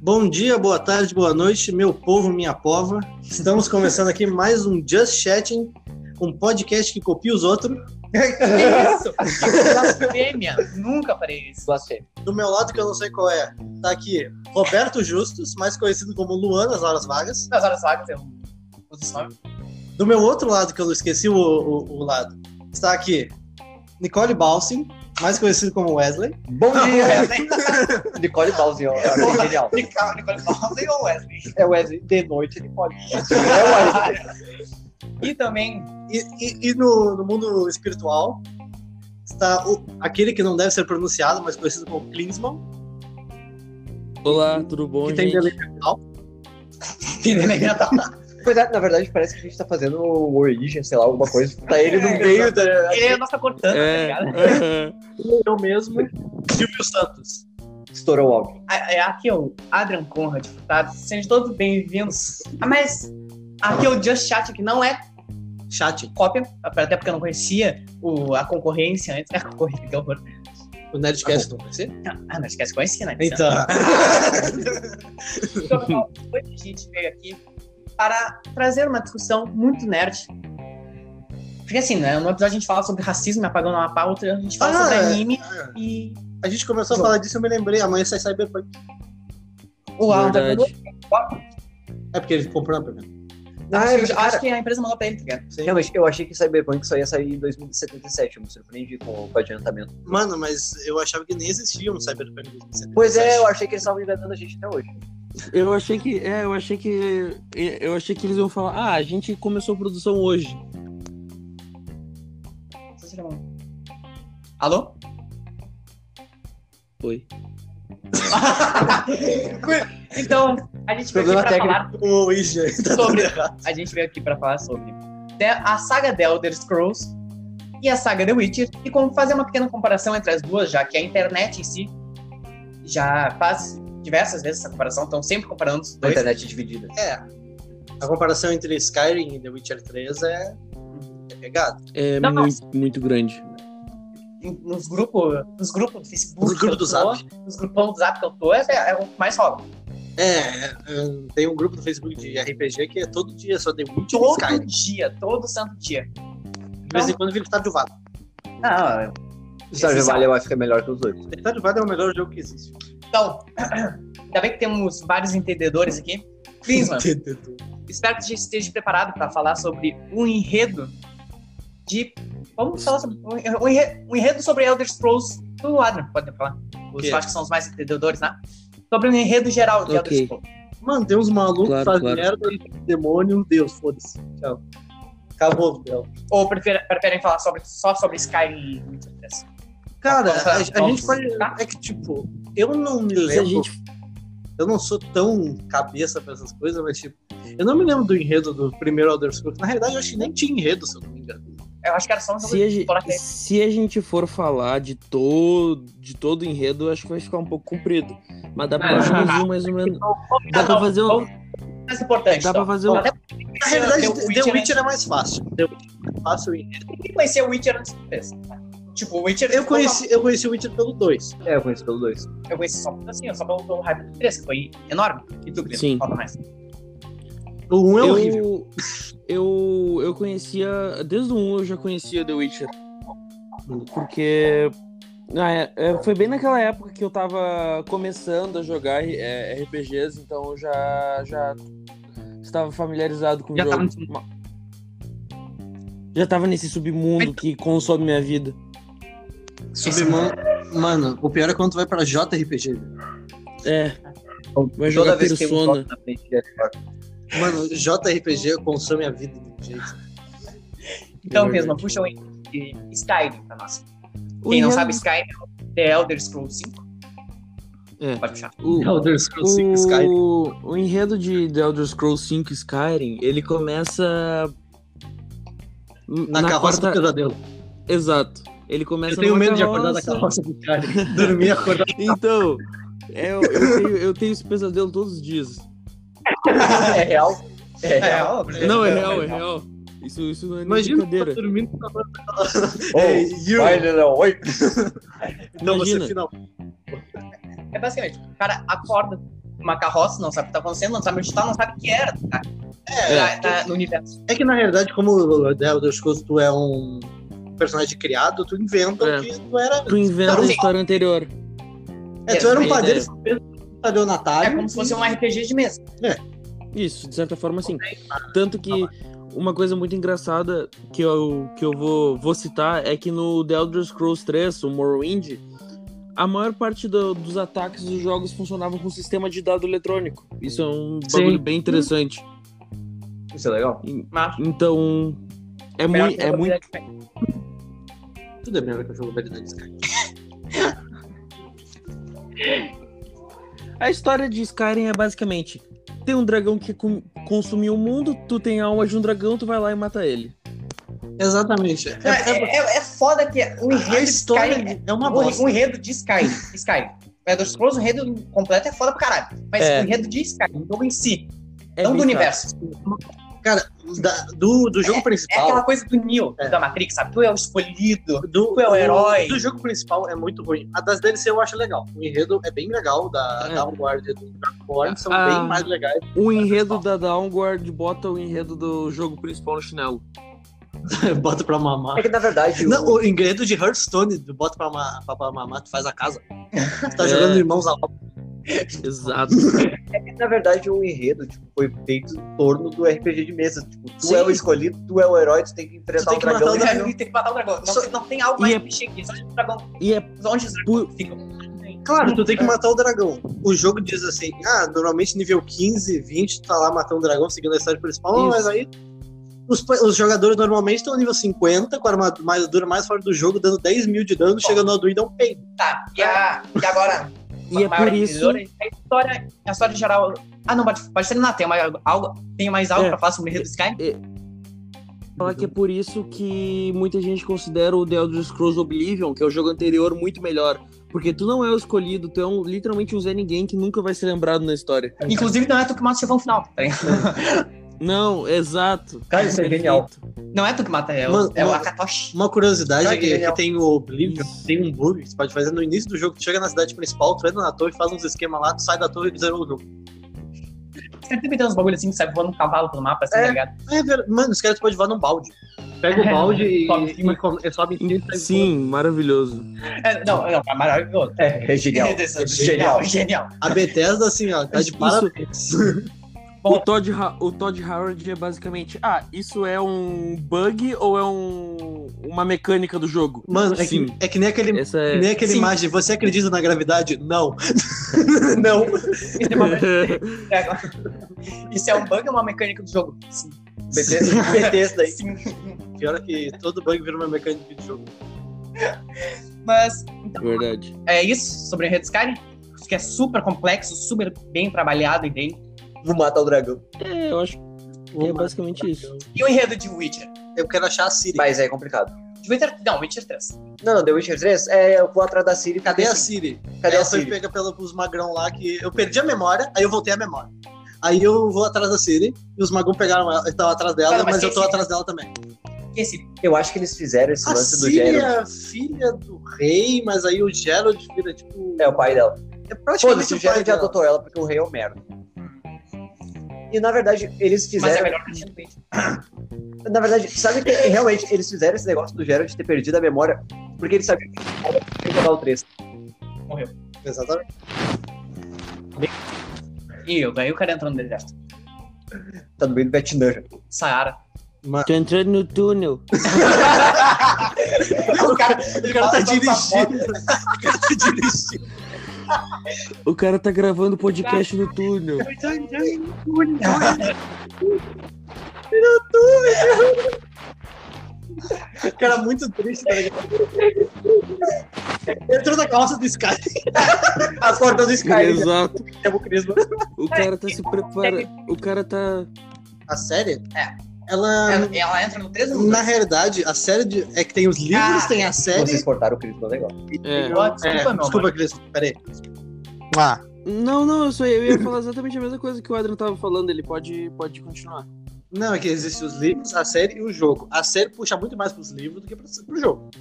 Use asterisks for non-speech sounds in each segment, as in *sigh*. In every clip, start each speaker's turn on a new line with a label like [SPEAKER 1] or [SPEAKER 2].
[SPEAKER 1] Bom dia, boa tarde, boa noite, meu povo, minha pova. Estamos começando aqui mais um Just Chatting, um podcast que copia os outros.
[SPEAKER 2] Isso! Blasfêmia! Nunca farei isso.
[SPEAKER 3] Blasfêmia.
[SPEAKER 1] Do meu lado, que eu não sei qual é, tá aqui Roberto Justus, mais conhecido como Luan nas horas vagas.
[SPEAKER 2] Nas horas vagas eu uso esse nome.
[SPEAKER 1] Do meu outro lado, que eu não esqueci o, o- o lado, está aqui Nicole Balsin, mais conhecido como Wesley.
[SPEAKER 3] Bom
[SPEAKER 2] Não,
[SPEAKER 3] dia!
[SPEAKER 2] Wesley.
[SPEAKER 3] Nicole Balzinho, ó, é genial.
[SPEAKER 2] Nicole Nicole Balsen ou Wesley? É
[SPEAKER 3] É Wesley, de noite ele pode. É Wesley.
[SPEAKER 2] E também
[SPEAKER 1] E, e- e no, no mundo espiritual está o- aquele que não deve ser pronunciado, mas conhecido como Klinsmann,
[SPEAKER 4] Olá, tudo bom,
[SPEAKER 1] que tem
[SPEAKER 4] gente?
[SPEAKER 1] beleza.
[SPEAKER 2] Pinemental.
[SPEAKER 3] Pois é, na verdade parece que a gente tá fazendo o Origin, sei lá, alguma coisa. Tá ele no
[SPEAKER 2] É,
[SPEAKER 3] meio da.
[SPEAKER 2] Ele é a nossa cortana,
[SPEAKER 4] É,
[SPEAKER 2] tá ligado?
[SPEAKER 4] *laughs* aham.
[SPEAKER 1] Eu mesmo, Silvio Santos.
[SPEAKER 3] Estourou o áudio.
[SPEAKER 2] A- é, Aqui é o Adrian Conrad, tá? Sejam todos bem-vindos. Ah, mas aqui é o Just Chat, que não é
[SPEAKER 1] Chat,
[SPEAKER 2] cópia, até porque eu não conhecia o- a concorrência antes. É a *laughs* concorrência, que horror.
[SPEAKER 1] o Nerdcast não vai ser?
[SPEAKER 2] Ah, não esquece que eu ensino, né?
[SPEAKER 1] Então,
[SPEAKER 2] Então, hoje a gente veio aqui para trazer uma discussão muito nerd. Porque assim, né? No episódio a gente fala sobre racismo, apagando uma pauta, a gente fala
[SPEAKER 1] Ah, é.
[SPEAKER 2] sobre anime e.
[SPEAKER 1] a gente começou a falar disso e eu me lembrei, amanhã sai Cyberpunk.
[SPEAKER 2] O
[SPEAKER 4] tá
[SPEAKER 2] tá Alda.
[SPEAKER 4] Verdade.
[SPEAKER 1] É porque ele comprou na primeira.
[SPEAKER 3] Ah,
[SPEAKER 2] acho, que-
[SPEAKER 3] eu- cara,
[SPEAKER 2] acho que a empresa mandou pra ele, tá ligado?
[SPEAKER 1] Sim.
[SPEAKER 3] Realmente, eu achei que Cyberpunk só ia sair em 2077. Eu me surpreendi com com o adiantamento.
[SPEAKER 1] Mano, mas eu achava que nem existia um Cyberpunk 2077.
[SPEAKER 3] Pois é, eu achei que eles estavam enganando a gente até hoje.
[SPEAKER 4] Eu achei que. É, eu achei que. é, Eu achei que eles iam falar. Ah, a gente começou a produção hoje.
[SPEAKER 2] Alô?
[SPEAKER 4] Foi.
[SPEAKER 2] então, a gente veio
[SPEAKER 3] Problema
[SPEAKER 2] aqui pra
[SPEAKER 3] técnico.
[SPEAKER 2] falar
[SPEAKER 1] O Ouija tá tudo
[SPEAKER 2] sobre.
[SPEAKER 1] errado.
[SPEAKER 2] A gente veio aqui pra falar sobre The- a saga The Elder Scrolls e a saga The Witcher e como fazer uma pequena comparação entre as duas, já que a internet em si já faz diversas vezes essa comparação, estão sempre comparando os
[SPEAKER 3] Na
[SPEAKER 2] dois.
[SPEAKER 3] internet dividida.
[SPEAKER 1] É. A comparação entre Skyrim e The Witcher 3 é. é pegado.
[SPEAKER 4] É
[SPEAKER 2] Não, não.
[SPEAKER 4] muito, muito grande.
[SPEAKER 2] Em- Nos grupos, nos grupos do Facebook,
[SPEAKER 1] Nos grupos
[SPEAKER 2] que eu
[SPEAKER 1] do
[SPEAKER 2] tô,
[SPEAKER 1] Zap.
[SPEAKER 2] nos grupão do Zap que eu tô, é, é o que mais rola.
[SPEAKER 1] É, é, tem um grupo no Facebook de RPG que é todo dia só The Witcher e
[SPEAKER 2] Todo
[SPEAKER 1] Skyrim.
[SPEAKER 2] dia, todo santo dia.
[SPEAKER 1] De vez em quando vira Tadjuvado.
[SPEAKER 3] Ah, o Sérgio Vale vai ficar melhor que os outros.
[SPEAKER 1] Tadjuvado é o melhor jogo que existe.
[SPEAKER 2] Então, *coughs* ainda bem que temos vários entendedores aqui. Klinsmann, Espero que a gente esteja preparado para falar sobre um enredo de. Vamos falar sobre. Um enre- um enredo, sobre Elder Scrolls do Adrian, pode falar. Os,
[SPEAKER 1] quê?
[SPEAKER 2] eu acho que são os mais entendedores, né? Sobre um enredo geral de Elder
[SPEAKER 4] Ok.
[SPEAKER 2] Scrolls.
[SPEAKER 1] Mano, tem uns malucos
[SPEAKER 4] Claro,
[SPEAKER 1] que fazem
[SPEAKER 4] claro.
[SPEAKER 1] merda e tem um demônio, Deus, foda-se. Tchau. Acabou, Bel.
[SPEAKER 2] Ou prefer- preferem falar sobre, só sobre Skyrim e Witcher 3?
[SPEAKER 1] Cara,
[SPEAKER 2] Vamos
[SPEAKER 1] a,
[SPEAKER 2] falar-
[SPEAKER 1] a
[SPEAKER 2] vamos
[SPEAKER 1] gente pode.
[SPEAKER 2] explicar?
[SPEAKER 1] É que, tipo, eu não me
[SPEAKER 4] Se a
[SPEAKER 1] lembro.
[SPEAKER 4] gente.
[SPEAKER 1] Eu não sou tão cabeça pra essas coisas, mas, tipo, eu não me lembro do enredo do primeiro Elder Scrolls. Na realidade, eu acho que nem tinha enredo, se eu não me engano.
[SPEAKER 2] Eu acho que era só um jogo
[SPEAKER 4] Se a
[SPEAKER 2] de
[SPEAKER 4] gente,
[SPEAKER 2] exploração.
[SPEAKER 4] se a gente for falar de todo, de todo o enredo, acho que vai ficar um pouco comprido. Mas dá pra
[SPEAKER 2] Ah.
[SPEAKER 4] fazer um resumo mais ou menos. Dá
[SPEAKER 2] Ah,
[SPEAKER 4] pra
[SPEAKER 2] não,
[SPEAKER 4] fazer um- o.
[SPEAKER 2] vamos- mais importante.
[SPEAKER 4] Dá pra
[SPEAKER 2] então.
[SPEAKER 4] fazer um-
[SPEAKER 2] Até
[SPEAKER 1] Na realidade,
[SPEAKER 2] The
[SPEAKER 1] The Witcher,
[SPEAKER 2] Witcher é-
[SPEAKER 1] é mais fácil. The Witcher é mais fácil o enredo. é
[SPEAKER 2] porque conhecer o Witcher antes do 3. Tipo, o Witcher.
[SPEAKER 1] Eu conheci, eu conheci o Witcher pelo 2.
[SPEAKER 3] É, eu conheço pelo dois.
[SPEAKER 2] Eu conheci só assim, só pelo, pelo hype do 3, que foi enorme. E tu, Cris?
[SPEAKER 4] Sim.
[SPEAKER 2] Fala mais.
[SPEAKER 1] O 1 um é horrível.
[SPEAKER 4] Eu, eu, eu conhecia. Desde o 1 eu já conhecia The Witcher. Porque. ah, é- é, foi bem naquela época que eu tava começando a jogar é, RPGs, então eu já, já estava familiarizado com
[SPEAKER 2] Já
[SPEAKER 4] o
[SPEAKER 2] tava
[SPEAKER 4] jogo. Ma- Já tava nesse submundo que consome minha vida.
[SPEAKER 1] Submundo- Mano, o pior é quando tu vai pra JRPG. velho.
[SPEAKER 4] É.
[SPEAKER 3] Então,
[SPEAKER 4] Vai jogar
[SPEAKER 3] tem um
[SPEAKER 4] Persona.
[SPEAKER 3] toque na frente de Xbox.
[SPEAKER 1] Mano, JRPG consome a vida de um jeito.
[SPEAKER 2] Então,
[SPEAKER 4] É
[SPEAKER 2] mesmo,
[SPEAKER 4] verdade.
[SPEAKER 2] puxa o en- e- Skyrim pra nós.
[SPEAKER 4] O
[SPEAKER 2] Quem não
[SPEAKER 4] enredo-
[SPEAKER 2] sabe, Skyrim é o The Elder Scrolls 5.
[SPEAKER 4] É.
[SPEAKER 2] Pode puxar.
[SPEAKER 4] o-
[SPEAKER 1] Elder Scrolls 5 Skyrim.
[SPEAKER 4] O, o enredo de The Elder Scrolls 5 Skyrim, ele começa.
[SPEAKER 1] Na, carroça
[SPEAKER 4] quarta-
[SPEAKER 1] do pesadelo.
[SPEAKER 4] Exato. Ele começa
[SPEAKER 1] Eu tenho
[SPEAKER 4] numa
[SPEAKER 1] medo de acordar na carroça
[SPEAKER 4] carroça.
[SPEAKER 1] do cara. Dormir e acordar.
[SPEAKER 4] *laughs* Então, é, eu, eu tenho, eu tenho esse pesadelo todos os dias.
[SPEAKER 3] É real? É real.
[SPEAKER 2] ó,
[SPEAKER 1] *laughs*
[SPEAKER 4] Não, é real, é real. Isso, isso não é nem
[SPEAKER 1] Imagina que tá
[SPEAKER 4] brincadeira.
[SPEAKER 1] dormindo com a banda. É,
[SPEAKER 3] Ei,
[SPEAKER 1] you.
[SPEAKER 3] Oh, Vai, Leão, oi.
[SPEAKER 1] Então
[SPEAKER 4] Imagina.
[SPEAKER 1] você final.
[SPEAKER 2] É basicamente, o cara acorda com uma carroça, não sabe o que tá acontecendo, não sabe onde tá, não sabe o que era, tá?
[SPEAKER 1] É,
[SPEAKER 2] Tá- tá no universo.
[SPEAKER 1] É que na realidade, como o The Elder Scrolls tu é um personagem criado, tu inventa
[SPEAKER 4] É.
[SPEAKER 1] o que tu era.
[SPEAKER 4] Tu inventa
[SPEAKER 1] Não,
[SPEAKER 4] a
[SPEAKER 1] sim.
[SPEAKER 4] história anterior.
[SPEAKER 1] É, tu era um
[SPEAKER 4] É,
[SPEAKER 1] padeiro
[SPEAKER 4] é.
[SPEAKER 2] É
[SPEAKER 1] estelionatário.
[SPEAKER 2] como se fosse um RPG de mesa.
[SPEAKER 4] Isso, de certa forma, sim. Tanto que uma coisa muito engraçada que eu, que eu vou, vou citar é que no The Elder Scrolls 3, o Morrowind, a maior parte do- dos ataques dos jogos funcionavam com sistema de dado eletrônico. Isso é um
[SPEAKER 1] Sim.
[SPEAKER 4] bagulho bem interessante.
[SPEAKER 3] Isso é legal.
[SPEAKER 2] Mas,
[SPEAKER 4] Então, é, mui, é muito.
[SPEAKER 1] Tudo é melhor que eu jogo Belly Sky.
[SPEAKER 4] A história de Skyrim é basicamente: tem um dragão que com- consumiu o mundo, tu tem a alma de um dragão, tu vai lá e mata ele.
[SPEAKER 1] Exatamente. É,
[SPEAKER 2] É,
[SPEAKER 1] é-
[SPEAKER 2] é, é foda que o enredo
[SPEAKER 1] a
[SPEAKER 2] de
[SPEAKER 1] história
[SPEAKER 2] Skyrim
[SPEAKER 1] é uma
[SPEAKER 2] O-
[SPEAKER 1] bosta.
[SPEAKER 2] O um enredo de Sky. Sky. Elder Scrolls, o enredo completo é foda pra caralho. Mas
[SPEAKER 4] É.
[SPEAKER 2] o enredo de Sky, o jogo em si,
[SPEAKER 4] É
[SPEAKER 2] não do
[SPEAKER 4] bem chato.
[SPEAKER 2] universo.
[SPEAKER 1] Cara, da- do, do jogo
[SPEAKER 2] É aquela
[SPEAKER 1] principal.
[SPEAKER 2] coisa do Neo,
[SPEAKER 1] É.
[SPEAKER 2] da Matrix, sabe? Tu é o escolhido.
[SPEAKER 1] Do,
[SPEAKER 2] Tu é o
[SPEAKER 1] do-
[SPEAKER 2] herói.
[SPEAKER 1] Do, jogo principal é muito ruim. A das DLC eu acho legal. O enredo é bem legal, da
[SPEAKER 4] É.
[SPEAKER 1] Downward e do Dragonborn são
[SPEAKER 4] Ah.
[SPEAKER 1] bem mais legais.
[SPEAKER 4] O enredo da Downward bota o enredo do jogo principal no chinelo.
[SPEAKER 1] *laughs* Bota pra mamar.
[SPEAKER 3] É que, na verdade,
[SPEAKER 1] Não,
[SPEAKER 3] o...
[SPEAKER 1] o enredo de Hearthstone, tu bota pra, ma pra, pra mamar, tu faz a casa. Tu tá
[SPEAKER 4] É.
[SPEAKER 1] jogando irmãos à obra.
[SPEAKER 4] Exato.
[SPEAKER 3] na verdade, o enredo tipo, foi feito em torno do RPG de mesa. Tipo, tu
[SPEAKER 1] Sim.
[SPEAKER 3] é o escolhido, tu é o herói, tu tem que
[SPEAKER 1] Tu
[SPEAKER 3] enfrentar
[SPEAKER 1] tem
[SPEAKER 3] o
[SPEAKER 1] que
[SPEAKER 3] dragão.
[SPEAKER 1] matar o dragão.
[SPEAKER 2] Tem que matar o dragão. Não,
[SPEAKER 1] Só-
[SPEAKER 2] não tem algo
[SPEAKER 4] E
[SPEAKER 2] mais
[SPEAKER 4] é-
[SPEAKER 2] clichê aqui. Só o dragão.
[SPEAKER 4] E é
[SPEAKER 2] Onde os dragões ficam.
[SPEAKER 1] Claro, tu tem
[SPEAKER 3] É.
[SPEAKER 1] que matar o dragão. O jogo diz assim, ah, normalmente nível 15, 20, tu tá lá matando o dragão, seguindo a história principal,
[SPEAKER 4] Isso.
[SPEAKER 1] mas aí os, pa- os jogadores normalmente estão no nível 50, com a armadura mais fora do jogo, dando 10 mil de dano, chegando no Alduin e dá um peito.
[SPEAKER 2] Tá. E, a, e agora.
[SPEAKER 4] E é
[SPEAKER 2] maior
[SPEAKER 4] por isso-
[SPEAKER 2] entendedora, A história, a história geral. Ah, não, pode, pode terminar. Tem mais algo, tem mais algo
[SPEAKER 4] É.
[SPEAKER 2] pra falar sobre o enredo de Sky?
[SPEAKER 4] falar que é por isso que muita gente considera o The Elder Scrolls Oblivion, que é o jogo anterior, muito melhor. Porque tu não é o escolhido, tu é um, literalmente um Zé Ninguém que nunca vai ser lembrado na história.
[SPEAKER 2] Inclusive, não é tu que mata o chefão final. Tá ligado?
[SPEAKER 4] Não, exato.
[SPEAKER 3] Cara, isso é
[SPEAKER 4] Perfeito.
[SPEAKER 3] genial.
[SPEAKER 2] não é tu que mata, é, o-
[SPEAKER 1] Mano,
[SPEAKER 2] é o
[SPEAKER 1] mano.
[SPEAKER 2] Akatoshi.
[SPEAKER 1] Uma curiosidade
[SPEAKER 3] Ah,
[SPEAKER 1] é que,
[SPEAKER 3] que legal.
[SPEAKER 1] que tem o Oblivion,
[SPEAKER 4] Isso.
[SPEAKER 1] tem um bug que você pode fazer no início do jogo, tu chega na cidade principal, tu entra na torre, faz uns esquemas lá, tu sai da torre e zerou o jogo.
[SPEAKER 2] Você sempre tem uns bagulho assim que sai voando um cavalo pelo mapa, assim,
[SPEAKER 1] É.
[SPEAKER 2] tá ligado?
[SPEAKER 1] É, ver- mano, os caras podem voar num balde. Pega o balde e,
[SPEAKER 2] Sobe em
[SPEAKER 1] e,
[SPEAKER 2] cima.
[SPEAKER 1] come- e sobe em cima e sai
[SPEAKER 4] Sim, maravilhoso.
[SPEAKER 2] É, não, não, é maravilhoso.
[SPEAKER 3] É, é genial.
[SPEAKER 2] Genial, genial.
[SPEAKER 1] A Bethesda, assim, ó, tá de
[SPEAKER 4] É tipo Isso.
[SPEAKER 1] parabéns. *laughs*
[SPEAKER 2] Bom.
[SPEAKER 4] O Todd, Ha- o Todd Howard é basicamente, ah, isso é um bug ou é um, uma mecânica do jogo?
[SPEAKER 1] Mano, é que,
[SPEAKER 4] Sim.
[SPEAKER 1] é que nem aquele,
[SPEAKER 4] Essa
[SPEAKER 1] que
[SPEAKER 4] é.
[SPEAKER 1] nem aquele
[SPEAKER 2] Sim.
[SPEAKER 1] imagem, você acredita na gravidade? *laughs* Não. não.
[SPEAKER 2] Isso é, uma- isso é um bug ou uma mecânica do jogo? Sim.
[SPEAKER 3] Bethesda,
[SPEAKER 1] *laughs*
[SPEAKER 3] Bethesda aí.
[SPEAKER 2] Sim.
[SPEAKER 1] Pior é que todo bug vira uma mecânica de jogo.
[SPEAKER 2] Mas então,
[SPEAKER 4] Verdade.
[SPEAKER 2] é isso sobre o Red Sky, que é super complexo, super bem trabalhado e bem.
[SPEAKER 3] Tu mata o dragão.
[SPEAKER 4] É, eu acho que é
[SPEAKER 1] Uma-
[SPEAKER 4] basicamente isso.
[SPEAKER 2] E o enredo de Witcher?
[SPEAKER 1] Eu quero achar a Siri.
[SPEAKER 3] Mas é complicado.
[SPEAKER 2] De Witcher, não, Witcher 3.
[SPEAKER 3] Não, não, The Witcher 3 é eu vou atrás da Siri.
[SPEAKER 1] Cadê a
[SPEAKER 3] Siri?
[SPEAKER 1] Siri?
[SPEAKER 3] Cadê
[SPEAKER 1] ela
[SPEAKER 3] a
[SPEAKER 1] foi
[SPEAKER 3] Siri?
[SPEAKER 1] pega pelo- pelos magrão lá que eu perdi a memória, aí eu voltei a memória. Aí eu vou atrás da Siri e os magrão pegaram ela, eu tava atrás dela,
[SPEAKER 2] Cara, mas
[SPEAKER 1] mas eu
[SPEAKER 2] quem
[SPEAKER 1] tô
[SPEAKER 2] é
[SPEAKER 1] atrás dela também.
[SPEAKER 2] Quem é Siri?
[SPEAKER 3] Eu acho que eles fizeram esse
[SPEAKER 1] A
[SPEAKER 3] lance do
[SPEAKER 1] Siri
[SPEAKER 3] Geralt.
[SPEAKER 1] é a filha do rei, mas aí o Gerald vira tipo.
[SPEAKER 3] É um o pai dela.
[SPEAKER 1] É praticamente
[SPEAKER 3] Foda-se,
[SPEAKER 1] o pai
[SPEAKER 3] o Geralt já
[SPEAKER 1] dela.
[SPEAKER 3] adotou ela porque o rei é o merda. E na verdade, eles
[SPEAKER 2] Mas é
[SPEAKER 3] fizeram.
[SPEAKER 2] melhor que o Witcher do Witcher.
[SPEAKER 3] Na verdade, sabe que realmente eles fizeram esse negócio do Geralt ter perdido a memória porque eles sabiam que ele ia jogar o 3.
[SPEAKER 1] Exatamente.
[SPEAKER 2] E eu, aí o cara entrando no deserto.
[SPEAKER 3] Tá no meio do Vietnã já.
[SPEAKER 2] Saara.
[SPEAKER 1] Mas-
[SPEAKER 4] Tô entrando no túnel.
[SPEAKER 1] o cara, o cara tá
[SPEAKER 2] Passa pra
[SPEAKER 1] dirigindo. *laughs* O cara tá dirigindo.
[SPEAKER 4] O cara tá gravando podcast no túnel.
[SPEAKER 1] O cara muito triste, tá ligado? Entrou na calça do Sky.
[SPEAKER 3] As portas do Skyrim.
[SPEAKER 4] Exato.
[SPEAKER 3] né? Chama o Crisma.
[SPEAKER 4] O cara tá se preparando. O cara tá.
[SPEAKER 1] A série?
[SPEAKER 2] É.
[SPEAKER 1] Ela.
[SPEAKER 2] Ela, ela entra no 3 ou
[SPEAKER 1] Ah,
[SPEAKER 2] no
[SPEAKER 1] Na
[SPEAKER 2] dois?
[SPEAKER 1] realidade, a série de- é que tem os livros,
[SPEAKER 2] Ah,
[SPEAKER 1] tem a série.
[SPEAKER 3] Vocês cortaram o Crisma, legal.
[SPEAKER 4] É.
[SPEAKER 2] Ó, Desculpa, meu amor.
[SPEAKER 1] Desculpa, Cris. Peraí. Ah,
[SPEAKER 4] Não, não, eu, só, eu ia falar exatamente a mesma coisa que o Adrian tava falando. Ele pode, pode continuar.
[SPEAKER 1] Não, é que existem os livros, a série e o jogo. A série puxa muito mais pros livros do que pros- pro jogo.
[SPEAKER 3] Os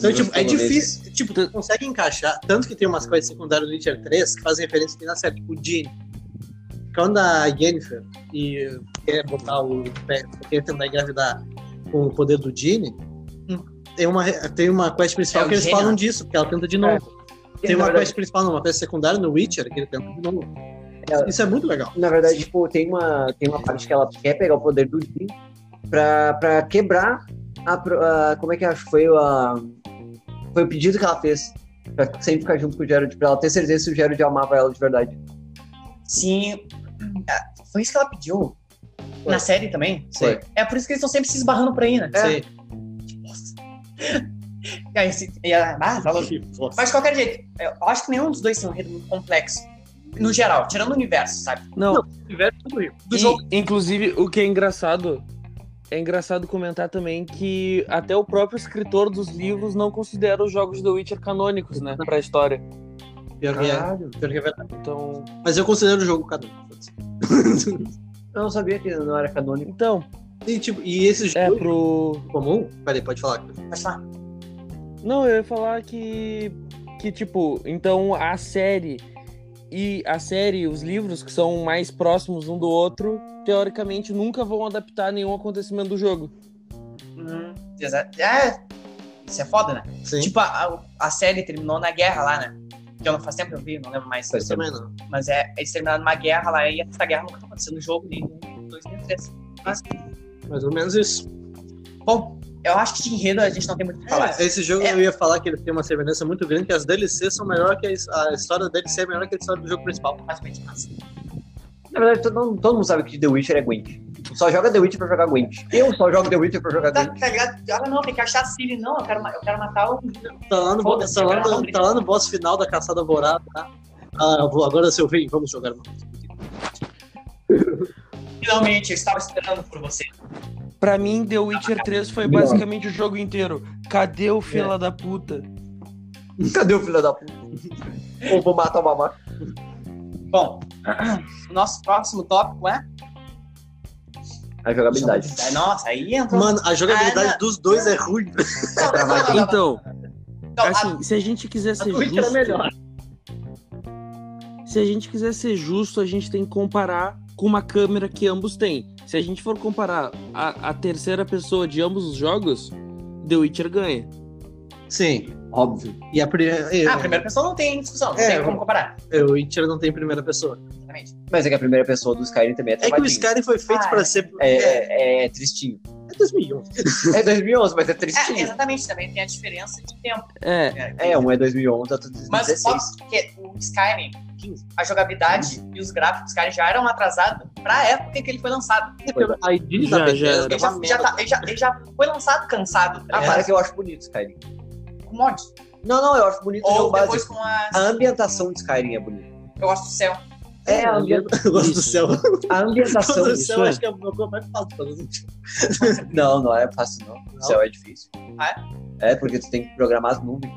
[SPEAKER 1] Então,
[SPEAKER 3] livros
[SPEAKER 1] tipo, é
[SPEAKER 3] pelo menos.
[SPEAKER 1] difícil. Tipo, tu consegue encaixar. Tanto que tem umas coisas secundárias no Witcher 3 que fazem referência aqui na série, tipo o Jean. Quando a Yennefer e quer botar o pé, quer tentar engravidar com o poder do Jean, tem uma, tem uma quest principal
[SPEAKER 2] Hum. É, o É.
[SPEAKER 1] que eles
[SPEAKER 2] Jean,
[SPEAKER 1] falam
[SPEAKER 2] ó.
[SPEAKER 1] disso, porque ela tenta de novo. Tem uma
[SPEAKER 3] Na verdade-
[SPEAKER 1] quest principal, não, uma quest secundária no Witcher que ele tenta de novo.
[SPEAKER 3] É.
[SPEAKER 1] Isso é muito legal.
[SPEAKER 3] Na verdade, tipo, tem uma, tem uma parte que ela quer pegar o poder do Jin pra, pra quebrar a, pro- a- Como é que acho? Foi, a, foi o pedido que ela fez. Pra sempre ficar junto com o Gerald, pra ela ter certeza se o Gerald amava ela de verdade.
[SPEAKER 2] Sim. Ah, Foi isso que ela pediu.
[SPEAKER 3] Foi.
[SPEAKER 2] Na série também?
[SPEAKER 3] Foi.
[SPEAKER 2] É por isso que eles estão sempre se esbarrando por aí, né? Tipo,
[SPEAKER 1] É.
[SPEAKER 2] Nossa. *laughs* E aí, se- e ela- ah, tá louco. Mas de qualquer jeito, eu acho que nenhum dos dois tem um enredo muito complexo. No geral, tirando o universo, sabe?
[SPEAKER 4] Não,
[SPEAKER 2] Do
[SPEAKER 4] E,
[SPEAKER 2] jogo.
[SPEAKER 4] Inclusive, o que é engraçado. É engraçado comentar também que até o próprio escritor dos livros não considera os jogos do Witcher canônicos, né? Pra história.
[SPEAKER 1] Pior que é.
[SPEAKER 3] Caralho.
[SPEAKER 1] Pior que é verdade.
[SPEAKER 4] Então.
[SPEAKER 1] Mas eu considero o jogo cada um.
[SPEAKER 3] Eu não sabia que não era canônico.
[SPEAKER 4] Então,
[SPEAKER 1] e, tipo, e esse
[SPEAKER 4] é
[SPEAKER 1] jogo
[SPEAKER 4] pro.
[SPEAKER 1] comum? Peraí, pode falar.
[SPEAKER 2] Pode falar.
[SPEAKER 4] Não, eu ia falar que. Que, tipo, então a série. E a série, e os livros que são mais próximos um do outro, teoricamente nunca vão adaptar nenhum acontecimento do jogo.
[SPEAKER 2] Hum, exato. É. Isso é foda, né?
[SPEAKER 1] Sim.
[SPEAKER 2] Tipo, a, a- a série terminou na guerra lá, né? Que eu não faz tempo que eu vi, não lembro mais.
[SPEAKER 3] Faz
[SPEAKER 1] Eu também não.
[SPEAKER 2] Mas é, eles terminaram numa guerra lá e essa guerra nunca aconteceu no jogo, nem no um, dois, nem no três. Mas,
[SPEAKER 1] Mais ou menos isso.
[SPEAKER 2] bom, eu acho que de enredo a gente não tem muito o que falar.
[SPEAKER 1] Esse jogo
[SPEAKER 2] É.
[SPEAKER 1] eu ia falar que ele tem uma semelhança muito grande, que as DLCs são melhor que a, his- a história da DLC é melhor que a história do jogo principal.
[SPEAKER 2] Mais ou menos, mas-
[SPEAKER 3] Na verdade, todo, todo mundo sabe que The Witcher é Gwent. Só joga The Witcher pra jogar Gwent. Eu só jogo The Witcher pra jogar
[SPEAKER 2] Tá,
[SPEAKER 3] Gwent.
[SPEAKER 2] tá ligado? Ah, não, tem que achar a Siri. Não, eu quero, ma- eu quero matar o.
[SPEAKER 1] Tá lá no, bo-
[SPEAKER 2] Foda-se,
[SPEAKER 1] tá lá
[SPEAKER 2] cara,
[SPEAKER 1] no, tá lá no boss final da caçada alvorada, tá? Ah, eu vou- agora seu vem, vamos jogar. mano.
[SPEAKER 2] Finalmente, eu estava esperando por você.
[SPEAKER 4] Pra mim, The Witcher 3 foi basicamente o jogo inteiro. Cadê o fila da puta?
[SPEAKER 3] Cadê o filho da puta? Ou vou matar o mamá.
[SPEAKER 2] Bom, *clears throat* o nosso próximo tópico é.
[SPEAKER 3] A jogabilidade.
[SPEAKER 2] Nossa, aí entrou.
[SPEAKER 1] Mano, a jogabilidade
[SPEAKER 2] Ah, não.
[SPEAKER 1] dos dois é ruim.
[SPEAKER 2] Não, não, não, não, não.
[SPEAKER 4] Então,
[SPEAKER 2] Então, a-
[SPEAKER 4] assim, se a gente quiser ser
[SPEAKER 1] Witcher é
[SPEAKER 4] justo.
[SPEAKER 1] melhor.
[SPEAKER 4] Se a gente quiser ser justo, a gente tem que comparar com uma câmera que ambos têm. Se a gente for comparar a, a terceira pessoa de ambos os jogos, The Witcher ganha.
[SPEAKER 1] Sim.
[SPEAKER 3] Óbvio.
[SPEAKER 1] E a primeira. é,
[SPEAKER 2] ah, a primeira pessoa não tem discussão, não
[SPEAKER 1] É,
[SPEAKER 2] tem como comparar.
[SPEAKER 1] é, O Witcher não tem primeira pessoa.
[SPEAKER 2] Exatamente.
[SPEAKER 3] Mas é que a primeira pessoa do Skyrim também é
[SPEAKER 1] É que o
[SPEAKER 3] travadinho.
[SPEAKER 1] Skyrim foi feito
[SPEAKER 2] Ah,
[SPEAKER 1] pra
[SPEAKER 2] é.
[SPEAKER 1] ser.
[SPEAKER 3] É, é, é tristinho.
[SPEAKER 1] é 2001.
[SPEAKER 3] É 2011, mas é
[SPEAKER 2] É,
[SPEAKER 3] tristinho.
[SPEAKER 2] exatamente, também tem a diferença de tempo.
[SPEAKER 4] É,
[SPEAKER 2] né?
[SPEAKER 3] É, um é 2011, outro é 2016.
[SPEAKER 2] Mas óbvio que o Skyrim, a jogabilidade e os gráficos do Skyrim já eram atrasados pra época em que ele foi lançado.
[SPEAKER 1] A ID
[SPEAKER 4] Já,
[SPEAKER 1] da Bethesda
[SPEAKER 2] Ele
[SPEAKER 1] é uma
[SPEAKER 2] já,
[SPEAKER 1] merda.
[SPEAKER 2] já tá- ele já- ele já foi lançado cansado, tá
[SPEAKER 3] A
[SPEAKER 2] ligado?
[SPEAKER 3] parte Ah, que eu acho bonito, Skyrim.
[SPEAKER 2] com mod.
[SPEAKER 3] Não, não, eu acho
[SPEAKER 1] um
[SPEAKER 3] bonito o
[SPEAKER 2] Ou
[SPEAKER 3] jogo
[SPEAKER 2] depois
[SPEAKER 3] básico.
[SPEAKER 2] com a.
[SPEAKER 3] A ambientação de Skyrim é bonita.
[SPEAKER 2] Eu gosto do céu.
[SPEAKER 3] É, a, ambien-
[SPEAKER 1] *laughs* Eu gosto do céu.
[SPEAKER 3] a
[SPEAKER 1] Meu
[SPEAKER 3] ambientação.
[SPEAKER 1] Deus do céu,
[SPEAKER 4] é.
[SPEAKER 1] acho que é o meu gol mais fácil. pra fazer.
[SPEAKER 3] Não, não é fácil, não. O céu é difícil.
[SPEAKER 2] Ah,
[SPEAKER 3] é? É, porque tu tem que programar as nuvens.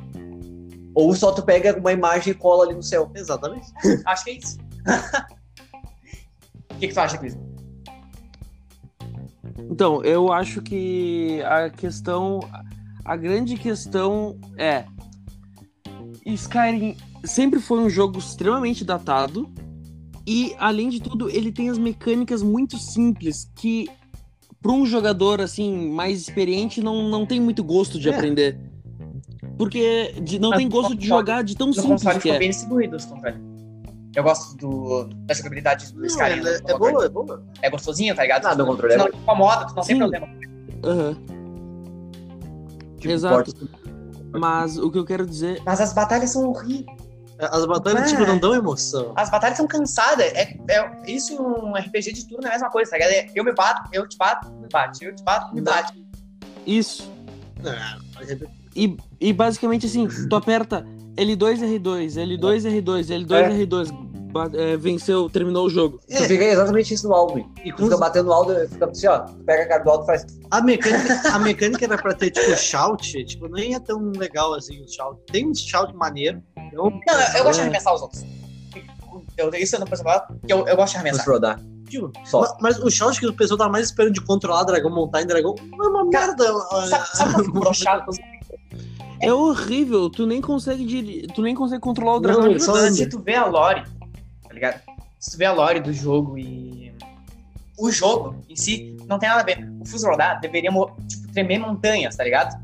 [SPEAKER 3] Ou só tu pega uma imagem e cola ali no céu.
[SPEAKER 1] Exatamente.
[SPEAKER 2] Acho que é isso. *laughs* O que, que tu acha, Cris?
[SPEAKER 4] Então, eu acho que a questão. A grande questão é. Skyrim sempre foi um jogo extremamente datado. E, além de tudo, ele tem as mecânicas muito simples que, para um jogador assim mais experiente, não, não tem muito gosto de
[SPEAKER 1] É.
[SPEAKER 4] aprender. Porque de- não
[SPEAKER 2] Mas
[SPEAKER 4] tem
[SPEAKER 2] no
[SPEAKER 4] gosto de
[SPEAKER 2] console-
[SPEAKER 4] jogar de tão
[SPEAKER 2] No console
[SPEAKER 4] simples que
[SPEAKER 2] ficou
[SPEAKER 4] é.
[SPEAKER 2] bem distribuído os controles. Eu gosto do, da jogabilidade do
[SPEAKER 1] Não,
[SPEAKER 2] Skyrim. né,
[SPEAKER 1] ela é,
[SPEAKER 2] do
[SPEAKER 1] é
[SPEAKER 2] controle.
[SPEAKER 1] boa, é boa.
[SPEAKER 2] É gostosinho, tá ligado?
[SPEAKER 3] Ah,
[SPEAKER 2] Tu
[SPEAKER 3] meu controle é
[SPEAKER 2] não te incomoda, tu não tem
[SPEAKER 4] Sim.
[SPEAKER 2] problema.
[SPEAKER 4] Aham.
[SPEAKER 3] Tipo,
[SPEAKER 4] Exato.
[SPEAKER 3] corta-
[SPEAKER 4] Mas o que eu quero dizer
[SPEAKER 2] Mas as batalhas são horríveis.
[SPEAKER 1] As batalhas,
[SPEAKER 2] É.
[SPEAKER 1] tipo, não dão emoção.
[SPEAKER 2] As batalhas são cansadas. É, é- isso em um RPG de turno é a mesma coisa, tá ligado? É, Eu me bato, eu te bato, me bate. Eu te bato, me
[SPEAKER 1] Não.
[SPEAKER 2] bate.
[SPEAKER 4] isso.
[SPEAKER 1] Ah,
[SPEAKER 4] E, e basicamente assim, tu aperta L2, R2, L2, R2, L2,
[SPEAKER 3] É.
[SPEAKER 4] R2, ba- é, venceu, terminou o jogo.
[SPEAKER 3] Tu fica exatamente isso no Alduin.
[SPEAKER 1] E
[SPEAKER 3] Tu
[SPEAKER 1] com
[SPEAKER 3] fica batendo no Alduin, fica assim, ó. Tu pega a cara do Alduin e faz...
[SPEAKER 1] a, mecânica, a mecânica era pra ter, tipo, shout. Tipo, nem é tão legal assim o shout. Tem um shout maneiro. Eu,
[SPEAKER 2] Não, eu, eu gosto de
[SPEAKER 4] É.
[SPEAKER 2] arremessar os outros. Eu, isso eu não posso falar, porque eu, eu gosto de
[SPEAKER 3] Vamos
[SPEAKER 2] arremessar.
[SPEAKER 3] rodar.
[SPEAKER 1] Digo,
[SPEAKER 3] Só.
[SPEAKER 1] tipo, ma- Mas o shot que o pessoal tá mais esperando de controlar dragão, montar em dragão, é uma merda.
[SPEAKER 2] Sabe, sabe qual ficou chato?
[SPEAKER 4] É horrível, tu nem consegue diri- tu nem consegue controlar o
[SPEAKER 1] Não,
[SPEAKER 4] dragão de
[SPEAKER 1] só
[SPEAKER 4] verdade.
[SPEAKER 2] Se tu vê a lore, tá ligado? Se tu vê a lore do jogo e. O jogo em si não tem nada a ver. O Fusrodá deveria mo- tipo, tremer montanhas, tá ligado?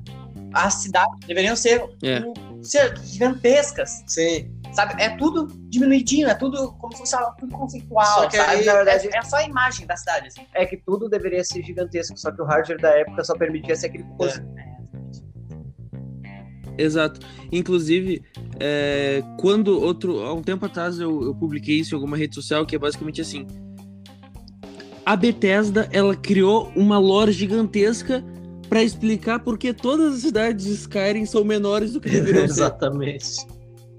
[SPEAKER 2] As cidades deveriam ser,
[SPEAKER 4] É.
[SPEAKER 2] um- ser gigantescas,
[SPEAKER 1] Sim.
[SPEAKER 2] sabe? É tudo diminuidinho, é tudo como se fosse algo tudo conceitual,
[SPEAKER 3] Só que
[SPEAKER 2] sabe?
[SPEAKER 3] aí, na verdade-
[SPEAKER 2] é, é só a imagem da cidade, assim.
[SPEAKER 3] É que tudo deveria ser gigantesco, só que o hardware da época só permitia ser aquele coisa.
[SPEAKER 4] Exato. Inclusive, é, quando outro. Há um tempo atrás eu, eu publiquei isso em alguma rede social, que é basicamente assim. A Bethesda, ela criou uma lore gigantesca pra explicar por que todas as cidades de Skyrim são menores do
[SPEAKER 1] *laughs*
[SPEAKER 4] que deveriam ser.
[SPEAKER 1] Exatamente.